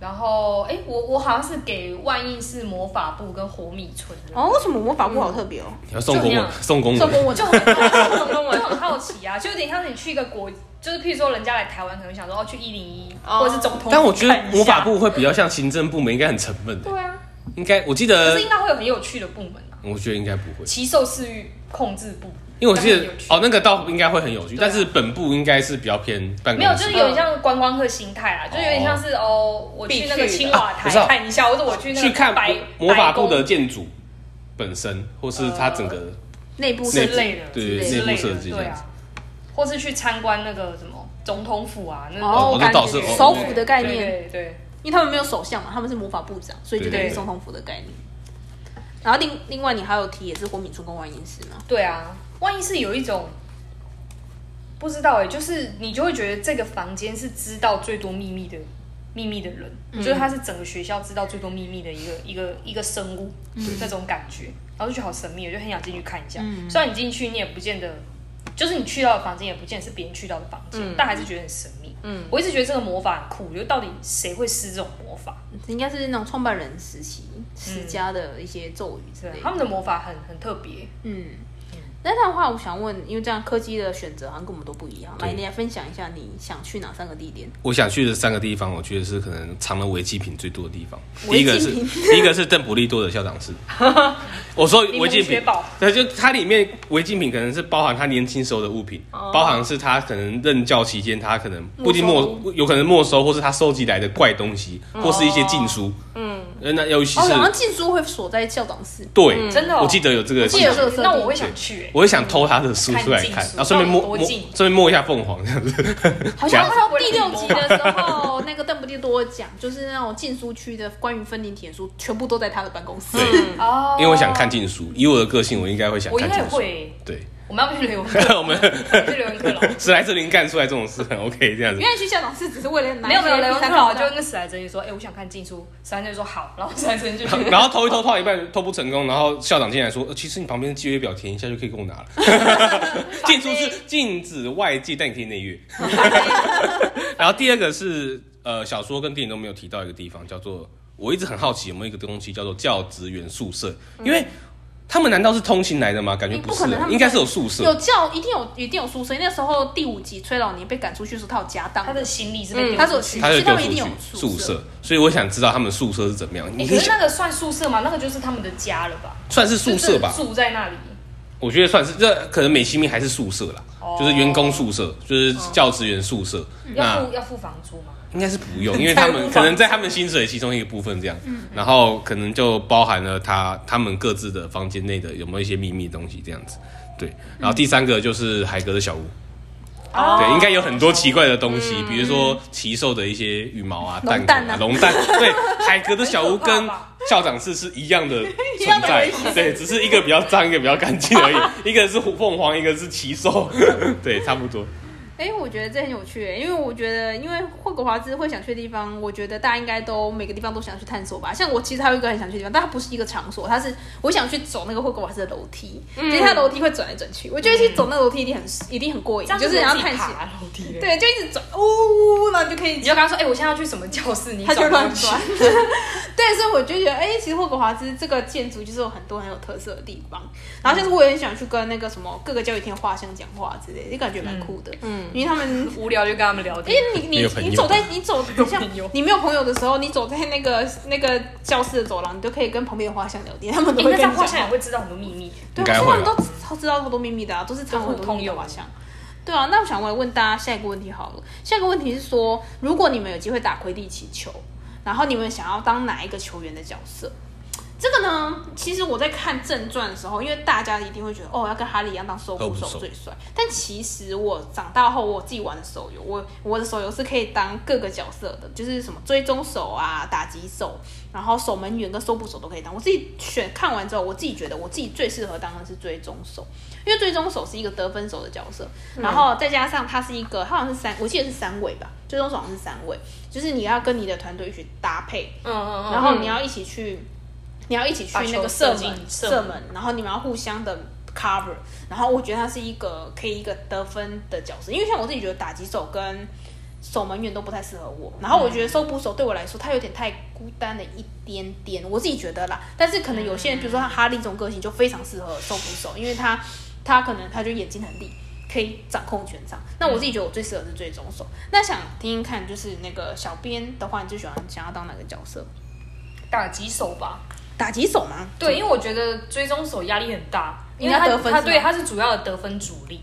[SPEAKER 3] 然后，哎，我我好像是给万应是魔法部跟火米村的，
[SPEAKER 1] 哦，为什么魔法部好特别哦？
[SPEAKER 2] 你要送公
[SPEAKER 3] 就一
[SPEAKER 2] 文
[SPEAKER 3] 样，
[SPEAKER 2] 送公
[SPEAKER 1] 送
[SPEAKER 2] 文，
[SPEAKER 1] 公文
[SPEAKER 3] 就很 就很好奇啊，就有点像是你去一个国，就是譬如说人家来台湾，可能想说哦去一零一
[SPEAKER 1] 哦
[SPEAKER 3] 或者是总统，
[SPEAKER 2] 但我觉得魔法部会比较像行政部门，应该很沉闷的。
[SPEAKER 3] 对啊，
[SPEAKER 2] 应该我记
[SPEAKER 3] 可
[SPEAKER 2] 得
[SPEAKER 3] 是，应该会有很有趣的部门啊，
[SPEAKER 2] 我觉得应该不会，
[SPEAKER 3] 奇兽饲育控制部，
[SPEAKER 2] 因为我记
[SPEAKER 3] 应
[SPEAKER 2] 得
[SPEAKER 3] 该很有趣
[SPEAKER 2] 哦，那个倒应该会很有趣，
[SPEAKER 3] 对啊
[SPEAKER 2] 但是本部应该是比较偏办公室。
[SPEAKER 3] 没有，就是有点像观光客心态啊，就是有点像是哦，我去那个青瓦
[SPEAKER 2] 嗯必须的
[SPEAKER 3] 台
[SPEAKER 2] 啊
[SPEAKER 3] 看一下，或者我去那个
[SPEAKER 2] 去看
[SPEAKER 3] 白
[SPEAKER 2] 魔魔法部
[SPEAKER 3] 白
[SPEAKER 2] 的
[SPEAKER 3] 宫
[SPEAKER 2] 建筑本身，或是它整个
[SPEAKER 1] 内部
[SPEAKER 3] 之
[SPEAKER 1] 设
[SPEAKER 2] 内部
[SPEAKER 1] 计，
[SPEAKER 3] 类的，
[SPEAKER 2] 对
[SPEAKER 1] 对
[SPEAKER 3] 之类的
[SPEAKER 2] 内部设计
[SPEAKER 3] 对啊，或是去参观那个什么总统府啊，那
[SPEAKER 1] 哦
[SPEAKER 3] 种
[SPEAKER 2] 那
[SPEAKER 1] 感
[SPEAKER 2] 倒是
[SPEAKER 1] 觉首府的概
[SPEAKER 3] 对
[SPEAKER 1] 念，
[SPEAKER 3] 对对，
[SPEAKER 1] 因为他们没有首相嘛，他们是魔法部长，所以就等于
[SPEAKER 3] 对
[SPEAKER 1] 总统府的概念。然后另另外你还有提也是火米村跟万应市嘛，
[SPEAKER 3] 对啊，万一是有一种不知道哎、就是你就会觉得这个房间是知道最多秘密的秘密的人，
[SPEAKER 2] 嗯
[SPEAKER 3] 就是他是整个学校知道最多秘密的一个一个一个生物、那种感觉，然后就觉得好神秘，我就很想进去看一下。
[SPEAKER 2] 嗯
[SPEAKER 3] 虽然你进去你也不见得，就是你去到的房间也不见得是别人去到的房间，
[SPEAKER 2] 嗯
[SPEAKER 3] 但还是觉得很神秘。嗯，我一直觉得这个魔法很酷，就到底谁会施这种魔法？
[SPEAKER 1] 应该是那种创办人时期施加的一些咒语之
[SPEAKER 2] 嗯
[SPEAKER 3] 对
[SPEAKER 1] 类，
[SPEAKER 3] 他
[SPEAKER 1] 的。
[SPEAKER 3] 们的魔法很很特别。
[SPEAKER 1] 嗯，那这样的话，我想问，因为这样科技的选择好像跟我们都不一样，
[SPEAKER 2] 对
[SPEAKER 1] 来，你来分享一下你想去哪三个地点？
[SPEAKER 2] 我想去的三个地方，我觉得是可能藏了违纪品最多的地方。第
[SPEAKER 1] 违
[SPEAKER 2] 一
[SPEAKER 1] 纪
[SPEAKER 2] 个
[SPEAKER 1] 品
[SPEAKER 2] 是第一个是邓普利多的校长室。我说
[SPEAKER 3] 柠
[SPEAKER 2] 违
[SPEAKER 3] 檬
[SPEAKER 2] 禁
[SPEAKER 3] 雪
[SPEAKER 2] 品
[SPEAKER 3] 宝，
[SPEAKER 2] 对，就它里面违禁品可能是包含他年轻时候的物品，包含是他可能任教期间他可能不一定
[SPEAKER 1] 没
[SPEAKER 2] 没
[SPEAKER 1] 收
[SPEAKER 2] 有可能没收，或是他收集来的怪东西，或是一些禁书。嗯，那尤其
[SPEAKER 1] 哦，
[SPEAKER 2] 是
[SPEAKER 1] 然后禁书会锁在校长室，
[SPEAKER 2] 对，
[SPEAKER 3] 真的哦
[SPEAKER 2] 我记得有这个
[SPEAKER 1] 记
[SPEAKER 2] 禁
[SPEAKER 1] 得
[SPEAKER 2] 书
[SPEAKER 1] 有这。个设定
[SPEAKER 3] 那我会想去、欸，
[SPEAKER 2] 我也想偷他的书出来
[SPEAKER 3] 看
[SPEAKER 2] 看
[SPEAKER 3] 禁书，
[SPEAKER 2] 然后顺便摸
[SPEAKER 3] 到底有多
[SPEAKER 2] 摸，
[SPEAKER 3] 禁
[SPEAKER 2] 顺便摸一下凤凰 这样子。
[SPEAKER 1] 好像
[SPEAKER 3] 夹
[SPEAKER 1] 到第六集的时候，那个邓布利多讲，就是那种禁书区的关于分灵铁书，全部都在他的办公室。
[SPEAKER 2] 对，
[SPEAKER 3] 哦
[SPEAKER 2] 嗯因为我想看禁书，以我的个性，我应该会想
[SPEAKER 3] 我
[SPEAKER 2] 看
[SPEAKER 3] 应该
[SPEAKER 2] 禁
[SPEAKER 3] 也
[SPEAKER 2] 书
[SPEAKER 3] 会。欸。
[SPEAKER 2] 对，
[SPEAKER 3] 我们要不去留课？
[SPEAKER 2] 我们
[SPEAKER 3] 我去留课了。
[SPEAKER 2] 史莱哲林干出来这种事很 OK 这样子
[SPEAKER 1] 原。来去校长室只是为了拿
[SPEAKER 3] 没有没有，
[SPEAKER 1] 一些
[SPEAKER 3] 雷文
[SPEAKER 1] 第
[SPEAKER 3] 克
[SPEAKER 1] 三
[SPEAKER 3] 劳
[SPEAKER 1] 方
[SPEAKER 3] 就
[SPEAKER 1] 的
[SPEAKER 3] 跟史莱哲林说：“哎、我想看禁书。”史莱哲林说：“好。”然后史莱哲林就去。
[SPEAKER 2] 然后偷一偷，偷到一半偷不成功，然后校长进来说：“呃，其实你旁边的契约表填一下就可以给我拿了。” 禁书是禁止外界，但你可以内阅。然后第二个是呃，小说跟电影都没有提到一个地方，叫做我一直很好奇有没有一个东西叫做教职员宿舍，因为他们难道是通勤来的吗？感觉
[SPEAKER 1] 嗯你不
[SPEAKER 2] 是啊
[SPEAKER 1] 可能他，们
[SPEAKER 2] 应该是有宿舍。
[SPEAKER 1] 有教，一定有一定有书生。那时候第五集崔老年被赶出去的时候，他有家当
[SPEAKER 3] 他，的行李是被
[SPEAKER 1] 他
[SPEAKER 3] 丢出去、
[SPEAKER 1] 是有去，
[SPEAKER 2] 他就
[SPEAKER 1] 所以
[SPEAKER 2] 丢
[SPEAKER 1] 他们一
[SPEAKER 2] 出
[SPEAKER 1] 定
[SPEAKER 2] 去
[SPEAKER 1] 有
[SPEAKER 2] 宿
[SPEAKER 1] 舍。
[SPEAKER 2] 舍，所以我想知道他们宿舍是怎么样。
[SPEAKER 3] 哎、
[SPEAKER 2] 你可以
[SPEAKER 3] 可是
[SPEAKER 2] 想
[SPEAKER 3] 那个算宿舍吗？那个就是他们的家了吧？
[SPEAKER 2] 算是宿舍吧
[SPEAKER 3] 就，是住在那里。
[SPEAKER 2] 我觉得算是这可能美其名还是宿舍啦，
[SPEAKER 3] 哦
[SPEAKER 2] 就是员工宿舍，就是教职员宿舍。
[SPEAKER 3] 要
[SPEAKER 2] 那
[SPEAKER 3] 付要付房租吗？
[SPEAKER 2] 应该是不用，因为他
[SPEAKER 1] 财务
[SPEAKER 2] 们
[SPEAKER 1] 房
[SPEAKER 2] 可能在他们薪水其中一个部分这样，然后可能就包含了他他们各自的房间内的有没有一些秘密的东西这样子。对，然后第三个就是海格的小屋，
[SPEAKER 3] 哦
[SPEAKER 2] 对，应该有很多奇怪的东西，比如说奇兽的一些羽毛啊、
[SPEAKER 1] 龙
[SPEAKER 2] 蛋壳
[SPEAKER 1] 蛋啊
[SPEAKER 2] 龙蛋。对，海格的小屋
[SPEAKER 3] 很可怕
[SPEAKER 2] 跟
[SPEAKER 3] 吧
[SPEAKER 2] 校长室是一样的
[SPEAKER 3] 样
[SPEAKER 2] 存
[SPEAKER 3] 的
[SPEAKER 2] 在
[SPEAKER 3] 危，
[SPEAKER 2] 对，只是一个比较脏，一个比较干净而已。一个是凤凰，一个是奇兽， 对，差不多。
[SPEAKER 1] 哎、我觉得这很有趣、因为我觉得，因为霍格华兹会想去的地方，我觉得大家应该都每个地方都想去探索吧。像我其实还有一个很想去的地方，但它不是一个场所，它是我想去走那个霍格华兹的楼梯，因为它楼梯会转来转去，我觉得去走那个楼梯一定很一定很过瘾，就是你
[SPEAKER 3] 你
[SPEAKER 1] 要
[SPEAKER 3] 要
[SPEAKER 1] 探
[SPEAKER 3] 探
[SPEAKER 1] 险，
[SPEAKER 3] 爬楼梯。，
[SPEAKER 1] 对，就一直转，呜呜呜，然后你就可以
[SPEAKER 3] 你就跟他说：“哎、我现在要去什么教室？”你
[SPEAKER 1] 他就
[SPEAKER 3] 转过
[SPEAKER 1] 乱
[SPEAKER 3] 去
[SPEAKER 1] 转。 对，所以我就觉得，哎、其实霍格华兹这个建筑就是有很多很有特色的地方。然后像是我也很想去跟那个什么各个教育厅画像讲话之类的，就感觉蛮酷的。嗯，因为他们。
[SPEAKER 3] 无聊就跟他们聊
[SPEAKER 1] 因
[SPEAKER 3] 天。
[SPEAKER 1] 为你
[SPEAKER 2] 没有
[SPEAKER 1] 你
[SPEAKER 2] 朋友
[SPEAKER 1] 你走在你走等一下
[SPEAKER 3] 没有朋友
[SPEAKER 1] 你没有朋友的时候，你走在那个那个教室的走廊，你都可以跟旁边的画像聊 天，他们都
[SPEAKER 3] 哎、
[SPEAKER 1] 会
[SPEAKER 3] 那
[SPEAKER 1] 跟
[SPEAKER 3] 这
[SPEAKER 1] 你
[SPEAKER 3] 样
[SPEAKER 1] 讲话。
[SPEAKER 3] 画像也会知道很多秘密。
[SPEAKER 1] 对，
[SPEAKER 2] 应该
[SPEAKER 1] 可是
[SPEAKER 2] 会啊
[SPEAKER 1] 他们
[SPEAKER 2] 吧
[SPEAKER 1] 都超知道那么多秘密的啊，都是藏很多秘密的吧
[SPEAKER 3] 互通有无
[SPEAKER 1] 像。对啊，那我想问问大家下一个问题好了。下一个问题是说，如果你们有机会打魁地奇球，然后你们想要当哪一个球员的角色？这个呢，其实我在看正传的时候，因为大家一定会觉得哦，要跟哈利一样当守护
[SPEAKER 2] 守护
[SPEAKER 1] 手
[SPEAKER 2] 手
[SPEAKER 1] 最帅。但其实我长大后，我自己玩的手游，我我的手游是可以当各个角色的，就是什么追踪手啊、打击手，然后守门员跟搜捕手都可以当。我自己选看完之后，我自己觉得我自己最适合当的是追踪手，因为追踪手是一个得分手的角色，然后再加上它是一个，它好像是三，我记得是三位吧，追踪手好像是三位，就是你要跟你的团队去搭配，
[SPEAKER 3] 嗯嗯嗯。
[SPEAKER 1] 然后你要一起去，你要一起去
[SPEAKER 3] 把球
[SPEAKER 1] 那个射
[SPEAKER 3] 射进
[SPEAKER 1] 门
[SPEAKER 3] 射
[SPEAKER 1] 射
[SPEAKER 3] 门
[SPEAKER 1] 门，然后你们要互相的 cover，然后我觉得它是一个可以一个得分的角色，因为像我自己觉得打击手跟守门员都不太适合我。然后我觉得收捕手对我来说，他有点太孤单了一点点，我自己觉得啦。但是可能有些人，比如说像哈利这种个性，就非常适合收捕手，因为他他可能他就眼睛很利，可以掌控全场。那我自己觉得我最适合是追踪手。那想听听看，就是那个小编的话，你最喜欢想要当哪个角色？
[SPEAKER 3] 打击手吧。
[SPEAKER 1] 打击手吗？
[SPEAKER 3] 对，因为我觉得追踪手压力很大，因
[SPEAKER 1] 因为
[SPEAKER 3] 为他
[SPEAKER 1] 他得分
[SPEAKER 3] 他
[SPEAKER 1] 是吗
[SPEAKER 3] 对他是主要的得分主力。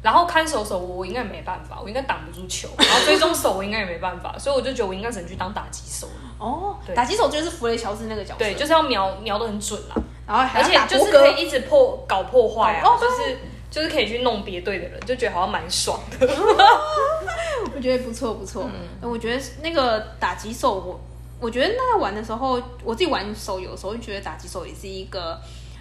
[SPEAKER 3] 然后看守手我我应该没办法，我应该挡不住 球。然后追踪手我应该也没办法，所以我就觉得我应该只能去当打击手了。
[SPEAKER 1] 哦，
[SPEAKER 3] 对
[SPEAKER 1] 打击手就是弗雷乔治那个角色，
[SPEAKER 3] 对，就是要瞄瞄的很准啦，
[SPEAKER 1] 然后还
[SPEAKER 3] 而
[SPEAKER 1] 要
[SPEAKER 3] 且
[SPEAKER 1] 打
[SPEAKER 3] 就
[SPEAKER 1] 伯
[SPEAKER 3] 是
[SPEAKER 1] 格
[SPEAKER 3] 可以一直破搞破坏啊，
[SPEAKER 1] 哦
[SPEAKER 3] 就是就是可以去弄别队的人，就觉得好像蛮爽的。
[SPEAKER 1] 我觉得不错不错、
[SPEAKER 3] 嗯
[SPEAKER 1] 我觉得那个打击手，我我觉得那在玩的时候，我自己玩手游的时候，就觉得打击手也是一个。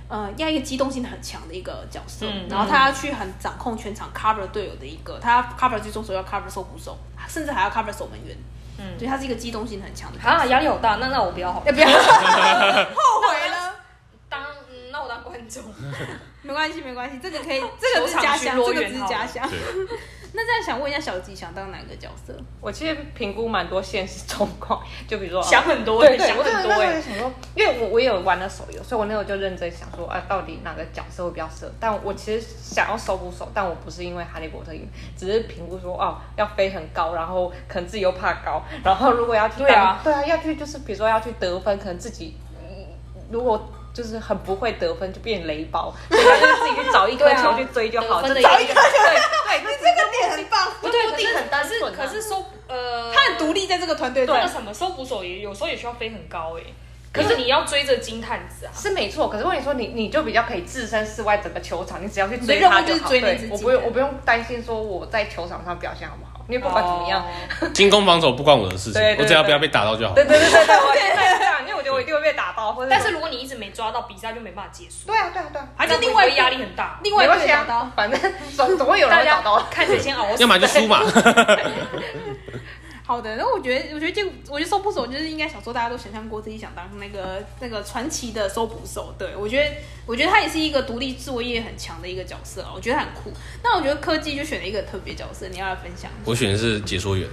[SPEAKER 1] 呃，要一个机动性很强的一个角色，
[SPEAKER 3] 嗯
[SPEAKER 1] 然后他要去很掌控全场，cover 队友的一个，他要 cover 最终手要 cover 守护手，甚至还要 cover 守门员，嗯，所以他是一个机动性很强的角色。
[SPEAKER 3] 啊，压力好大，那哎那我不要好了，
[SPEAKER 1] 要不要后悔了？
[SPEAKER 3] 当嗯那我当观 众。
[SPEAKER 1] 没关系没关系，这个 可以，这个只
[SPEAKER 3] 球
[SPEAKER 1] 是
[SPEAKER 3] 场
[SPEAKER 1] 假
[SPEAKER 3] 巡
[SPEAKER 1] 想，
[SPEAKER 3] 逻
[SPEAKER 1] 这个
[SPEAKER 3] 员
[SPEAKER 1] 只是
[SPEAKER 3] 好
[SPEAKER 1] 假
[SPEAKER 3] 了
[SPEAKER 1] 想。
[SPEAKER 2] 对，
[SPEAKER 1] 那这样想问一下小吉，想当哪个角 色？
[SPEAKER 4] 我其实评估蛮多现实状况，就比如说
[SPEAKER 3] 想很多，
[SPEAKER 4] 对对，
[SPEAKER 3] 想
[SPEAKER 4] 我真
[SPEAKER 3] 很
[SPEAKER 4] 的
[SPEAKER 3] 多
[SPEAKER 4] 那时候
[SPEAKER 3] 哎
[SPEAKER 4] 就。想说，因为我我也有玩了手游，所以我那时候就认真想说，啊，到底哪个角色会比较适合？但我其实想要手捕手，但我不是因为哈利波特，只是评估说，哦，要飞很高，然后可能自己又怕高，然后如果要去当
[SPEAKER 3] 对啊
[SPEAKER 4] 对啊，要去就是比如说要去得分，可能自己、嗯如果。就是很不会得分，就变雷包，所以他就自己去找一颗
[SPEAKER 3] 对啊
[SPEAKER 4] 球去追就好，
[SPEAKER 3] 得分
[SPEAKER 4] 就
[SPEAKER 3] 的
[SPEAKER 4] 找
[SPEAKER 3] 压
[SPEAKER 4] 一
[SPEAKER 3] 力
[SPEAKER 4] 颗。
[SPEAKER 1] 对，你这个点很棒，
[SPEAKER 3] 不对，
[SPEAKER 4] 目
[SPEAKER 3] 可
[SPEAKER 4] 的
[SPEAKER 3] 是
[SPEAKER 4] 很单
[SPEAKER 3] 可是
[SPEAKER 4] 纯啊
[SPEAKER 3] 可是说呃，
[SPEAKER 1] 他很独立在这个团队中
[SPEAKER 3] 那。个什么收捕手也有时候也需要飞很高哎，可是你要追着金探子啊。
[SPEAKER 4] 是没错，可是问你说你你就比较可以置身事外整个球场，你只要去
[SPEAKER 1] 所以
[SPEAKER 4] 追
[SPEAKER 1] 任务
[SPEAKER 4] 他
[SPEAKER 1] 就是
[SPEAKER 4] 好。
[SPEAKER 1] 追
[SPEAKER 4] 对
[SPEAKER 1] 你自己
[SPEAKER 4] 我不用我不用担心说我在球场上表现好不好，因为不管怎么样，
[SPEAKER 3] 哦，
[SPEAKER 2] 进攻防守不关我的事情
[SPEAKER 4] 对，对
[SPEAKER 2] 我只要
[SPEAKER 4] 对
[SPEAKER 2] 不要被打到就好。
[SPEAKER 4] 对对对对对，我现在是这样，因为我觉得我一定会被打爆，或者
[SPEAKER 3] 但是如果你一直没抓到，比赛就没办法结束，
[SPEAKER 4] 对啊对啊对啊，
[SPEAKER 1] 还
[SPEAKER 3] 那
[SPEAKER 1] 是
[SPEAKER 3] 会不
[SPEAKER 1] 另外
[SPEAKER 3] 会压力很大。
[SPEAKER 1] 另外一
[SPEAKER 4] 没
[SPEAKER 1] 个人
[SPEAKER 4] 关系
[SPEAKER 1] 找
[SPEAKER 4] 啊
[SPEAKER 1] 到。
[SPEAKER 4] 反正总总会有人
[SPEAKER 3] 大
[SPEAKER 4] 会找
[SPEAKER 3] 家
[SPEAKER 4] 到的。
[SPEAKER 3] 看谁先熬死
[SPEAKER 2] 要，么就输嘛。
[SPEAKER 1] 好的，那我觉得，我觉得这个，我觉得搜捕手就是应该小时候大家都想象过自己想当那个那个传奇的搜捕手。对我觉得，我觉得他也是一个独立作业很强的一个角色啊，我觉得他很酷。那我觉得科技就选了一个特别角色，你要来分享。
[SPEAKER 2] 我选的是解说 员，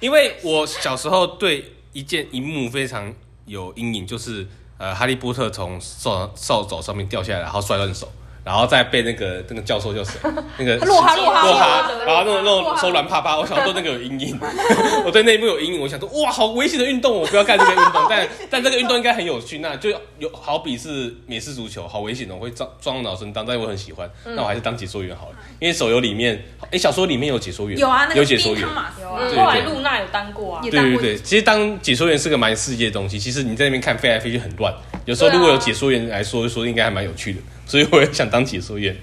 [SPEAKER 2] 因为我小时候对一件一幕非常有阴影，就是呃，哈利波特从扫扫帚上面掉下来，然后摔断手，然后再被那个那个教授叫谁？那 个
[SPEAKER 1] 洛哈洛哈
[SPEAKER 2] 洛
[SPEAKER 1] 洛哈
[SPEAKER 2] 哈，然后弄
[SPEAKER 1] 洛
[SPEAKER 2] 弄
[SPEAKER 1] 哈
[SPEAKER 2] 手软趴趴，我小时候那个有阴影， 我对那一幕有阴影，我想说哇，好危险的运动，我不要干这个运动， 但但这个运动应该很有趣，那就有好比是美式足球，好危险哦，我会撞撞到脑震荡，但我很喜欢，
[SPEAKER 1] 嗯
[SPEAKER 2] 那我还是当解说员好了，因为手游里面，哎，小说里面有解说员，
[SPEAKER 1] 有啊，那
[SPEAKER 2] 有
[SPEAKER 1] 个
[SPEAKER 2] 解说
[SPEAKER 1] 冰
[SPEAKER 2] 员
[SPEAKER 1] 汤。马斯
[SPEAKER 3] 有
[SPEAKER 1] 嘛
[SPEAKER 3] 啊
[SPEAKER 2] 对
[SPEAKER 3] 后来露娜有当过啊
[SPEAKER 1] 也，
[SPEAKER 2] 对
[SPEAKER 1] 当
[SPEAKER 2] 对
[SPEAKER 1] 过
[SPEAKER 2] 对，其实当解说员是个蛮世界的东西。其实你在那边看飞来飞去很乱，有
[SPEAKER 1] 啊
[SPEAKER 2] 时候如果有解说员来说，说应该还蛮有趣的。所以我也想当解说员。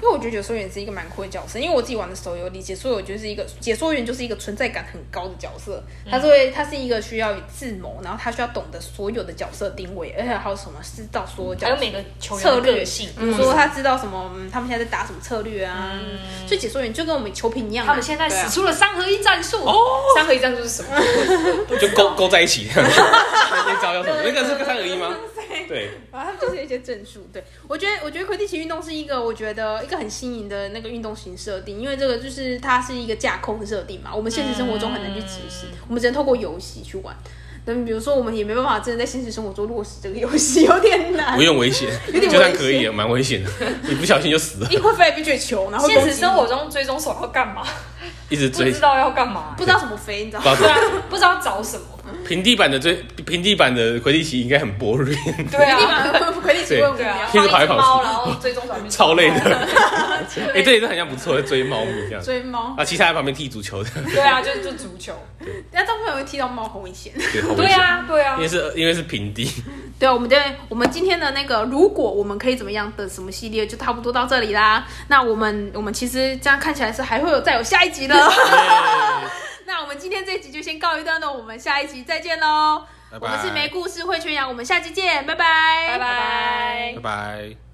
[SPEAKER 1] 因为我觉得解说员是一个蛮酷的角色，因为我自己玩的手游里，解说员就是一个解说员就是一个存在感很高的角色，他是
[SPEAKER 3] 嗯
[SPEAKER 1] 会他是一个需要智谋，然后他需要懂得所有的角色定位，而且还有什么知道所有角
[SPEAKER 3] 嗯还有
[SPEAKER 1] 色。
[SPEAKER 3] 每个球员
[SPEAKER 1] 策
[SPEAKER 3] 的
[SPEAKER 1] 略
[SPEAKER 3] 个性，嗯
[SPEAKER 1] 比如说他知道什么，嗯，他们现在在打什么策略啊，所以解说员就跟我们球评一样啊，
[SPEAKER 3] 他们现在
[SPEAKER 1] 对啊
[SPEAKER 3] 使出了三合一战术。三合一战术是什么？
[SPEAKER 2] 就勾勾在一起，你知道要什么？那个是跟三合一吗？对，
[SPEAKER 1] 啊，他们就是有一些战术。对我觉得，我觉得魁地奇运动是一个我觉得一个很新颖的那个运动型设定，因为这个就是它是一个架空的设定嘛，我们现实生活中很难去执行，
[SPEAKER 3] 嗯
[SPEAKER 1] 我们只能透过游戏去玩。那比如说，我们也没办法真的在现实生活中落实这个游戏，有点难
[SPEAKER 2] 不。用危险，
[SPEAKER 1] 点危险
[SPEAKER 2] 就算可以，蛮危险的。你不小心就死了，
[SPEAKER 1] 一会飞来飞去的球，然后
[SPEAKER 3] 现实生活中追踪手要干嘛？
[SPEAKER 2] 一直
[SPEAKER 3] 不
[SPEAKER 2] 追，
[SPEAKER 3] 知
[SPEAKER 2] 不
[SPEAKER 3] 道要干 嘛，
[SPEAKER 1] 不知道怎么飞，你知道
[SPEAKER 2] 知
[SPEAKER 1] 吗？
[SPEAKER 2] 道
[SPEAKER 3] 对啊，不知道找什么。
[SPEAKER 2] 平地板的追平地板的魁地奇应该很 boring，
[SPEAKER 3] 对
[SPEAKER 1] 立
[SPEAKER 3] 啊，
[SPEAKER 1] 马魁地奇会无
[SPEAKER 3] 对啊
[SPEAKER 1] 聊，，
[SPEAKER 2] 天天跑来
[SPEAKER 3] 放一只
[SPEAKER 2] 跑去
[SPEAKER 3] 猫，然后追踪手 去
[SPEAKER 2] 超累的。哎、这也是很像不错，追猫咪这样。
[SPEAKER 1] 追猫，
[SPEAKER 2] 啊，其实还在旁边踢足球的，
[SPEAKER 3] 对啊，就就足球。
[SPEAKER 1] 那大部分会踢到猫，好危险。
[SPEAKER 2] 对，好危
[SPEAKER 3] 对
[SPEAKER 2] 险。
[SPEAKER 3] 啊，对啊
[SPEAKER 2] 因为。是因为是平地，
[SPEAKER 1] 对，啊我们的我们今天的那个，如果我们可以怎么样的什么系列就差不多到这里啦。那我们我们其实这样看起来是还会有再有下一集的。 那我们今天这一集就先告一段落，我们下一集再见喽。
[SPEAKER 2] 拜
[SPEAKER 1] 我
[SPEAKER 2] 拜
[SPEAKER 1] 们是没故事会圈羊，我们下期见，拜拜，
[SPEAKER 3] 拜拜
[SPEAKER 2] 拜拜。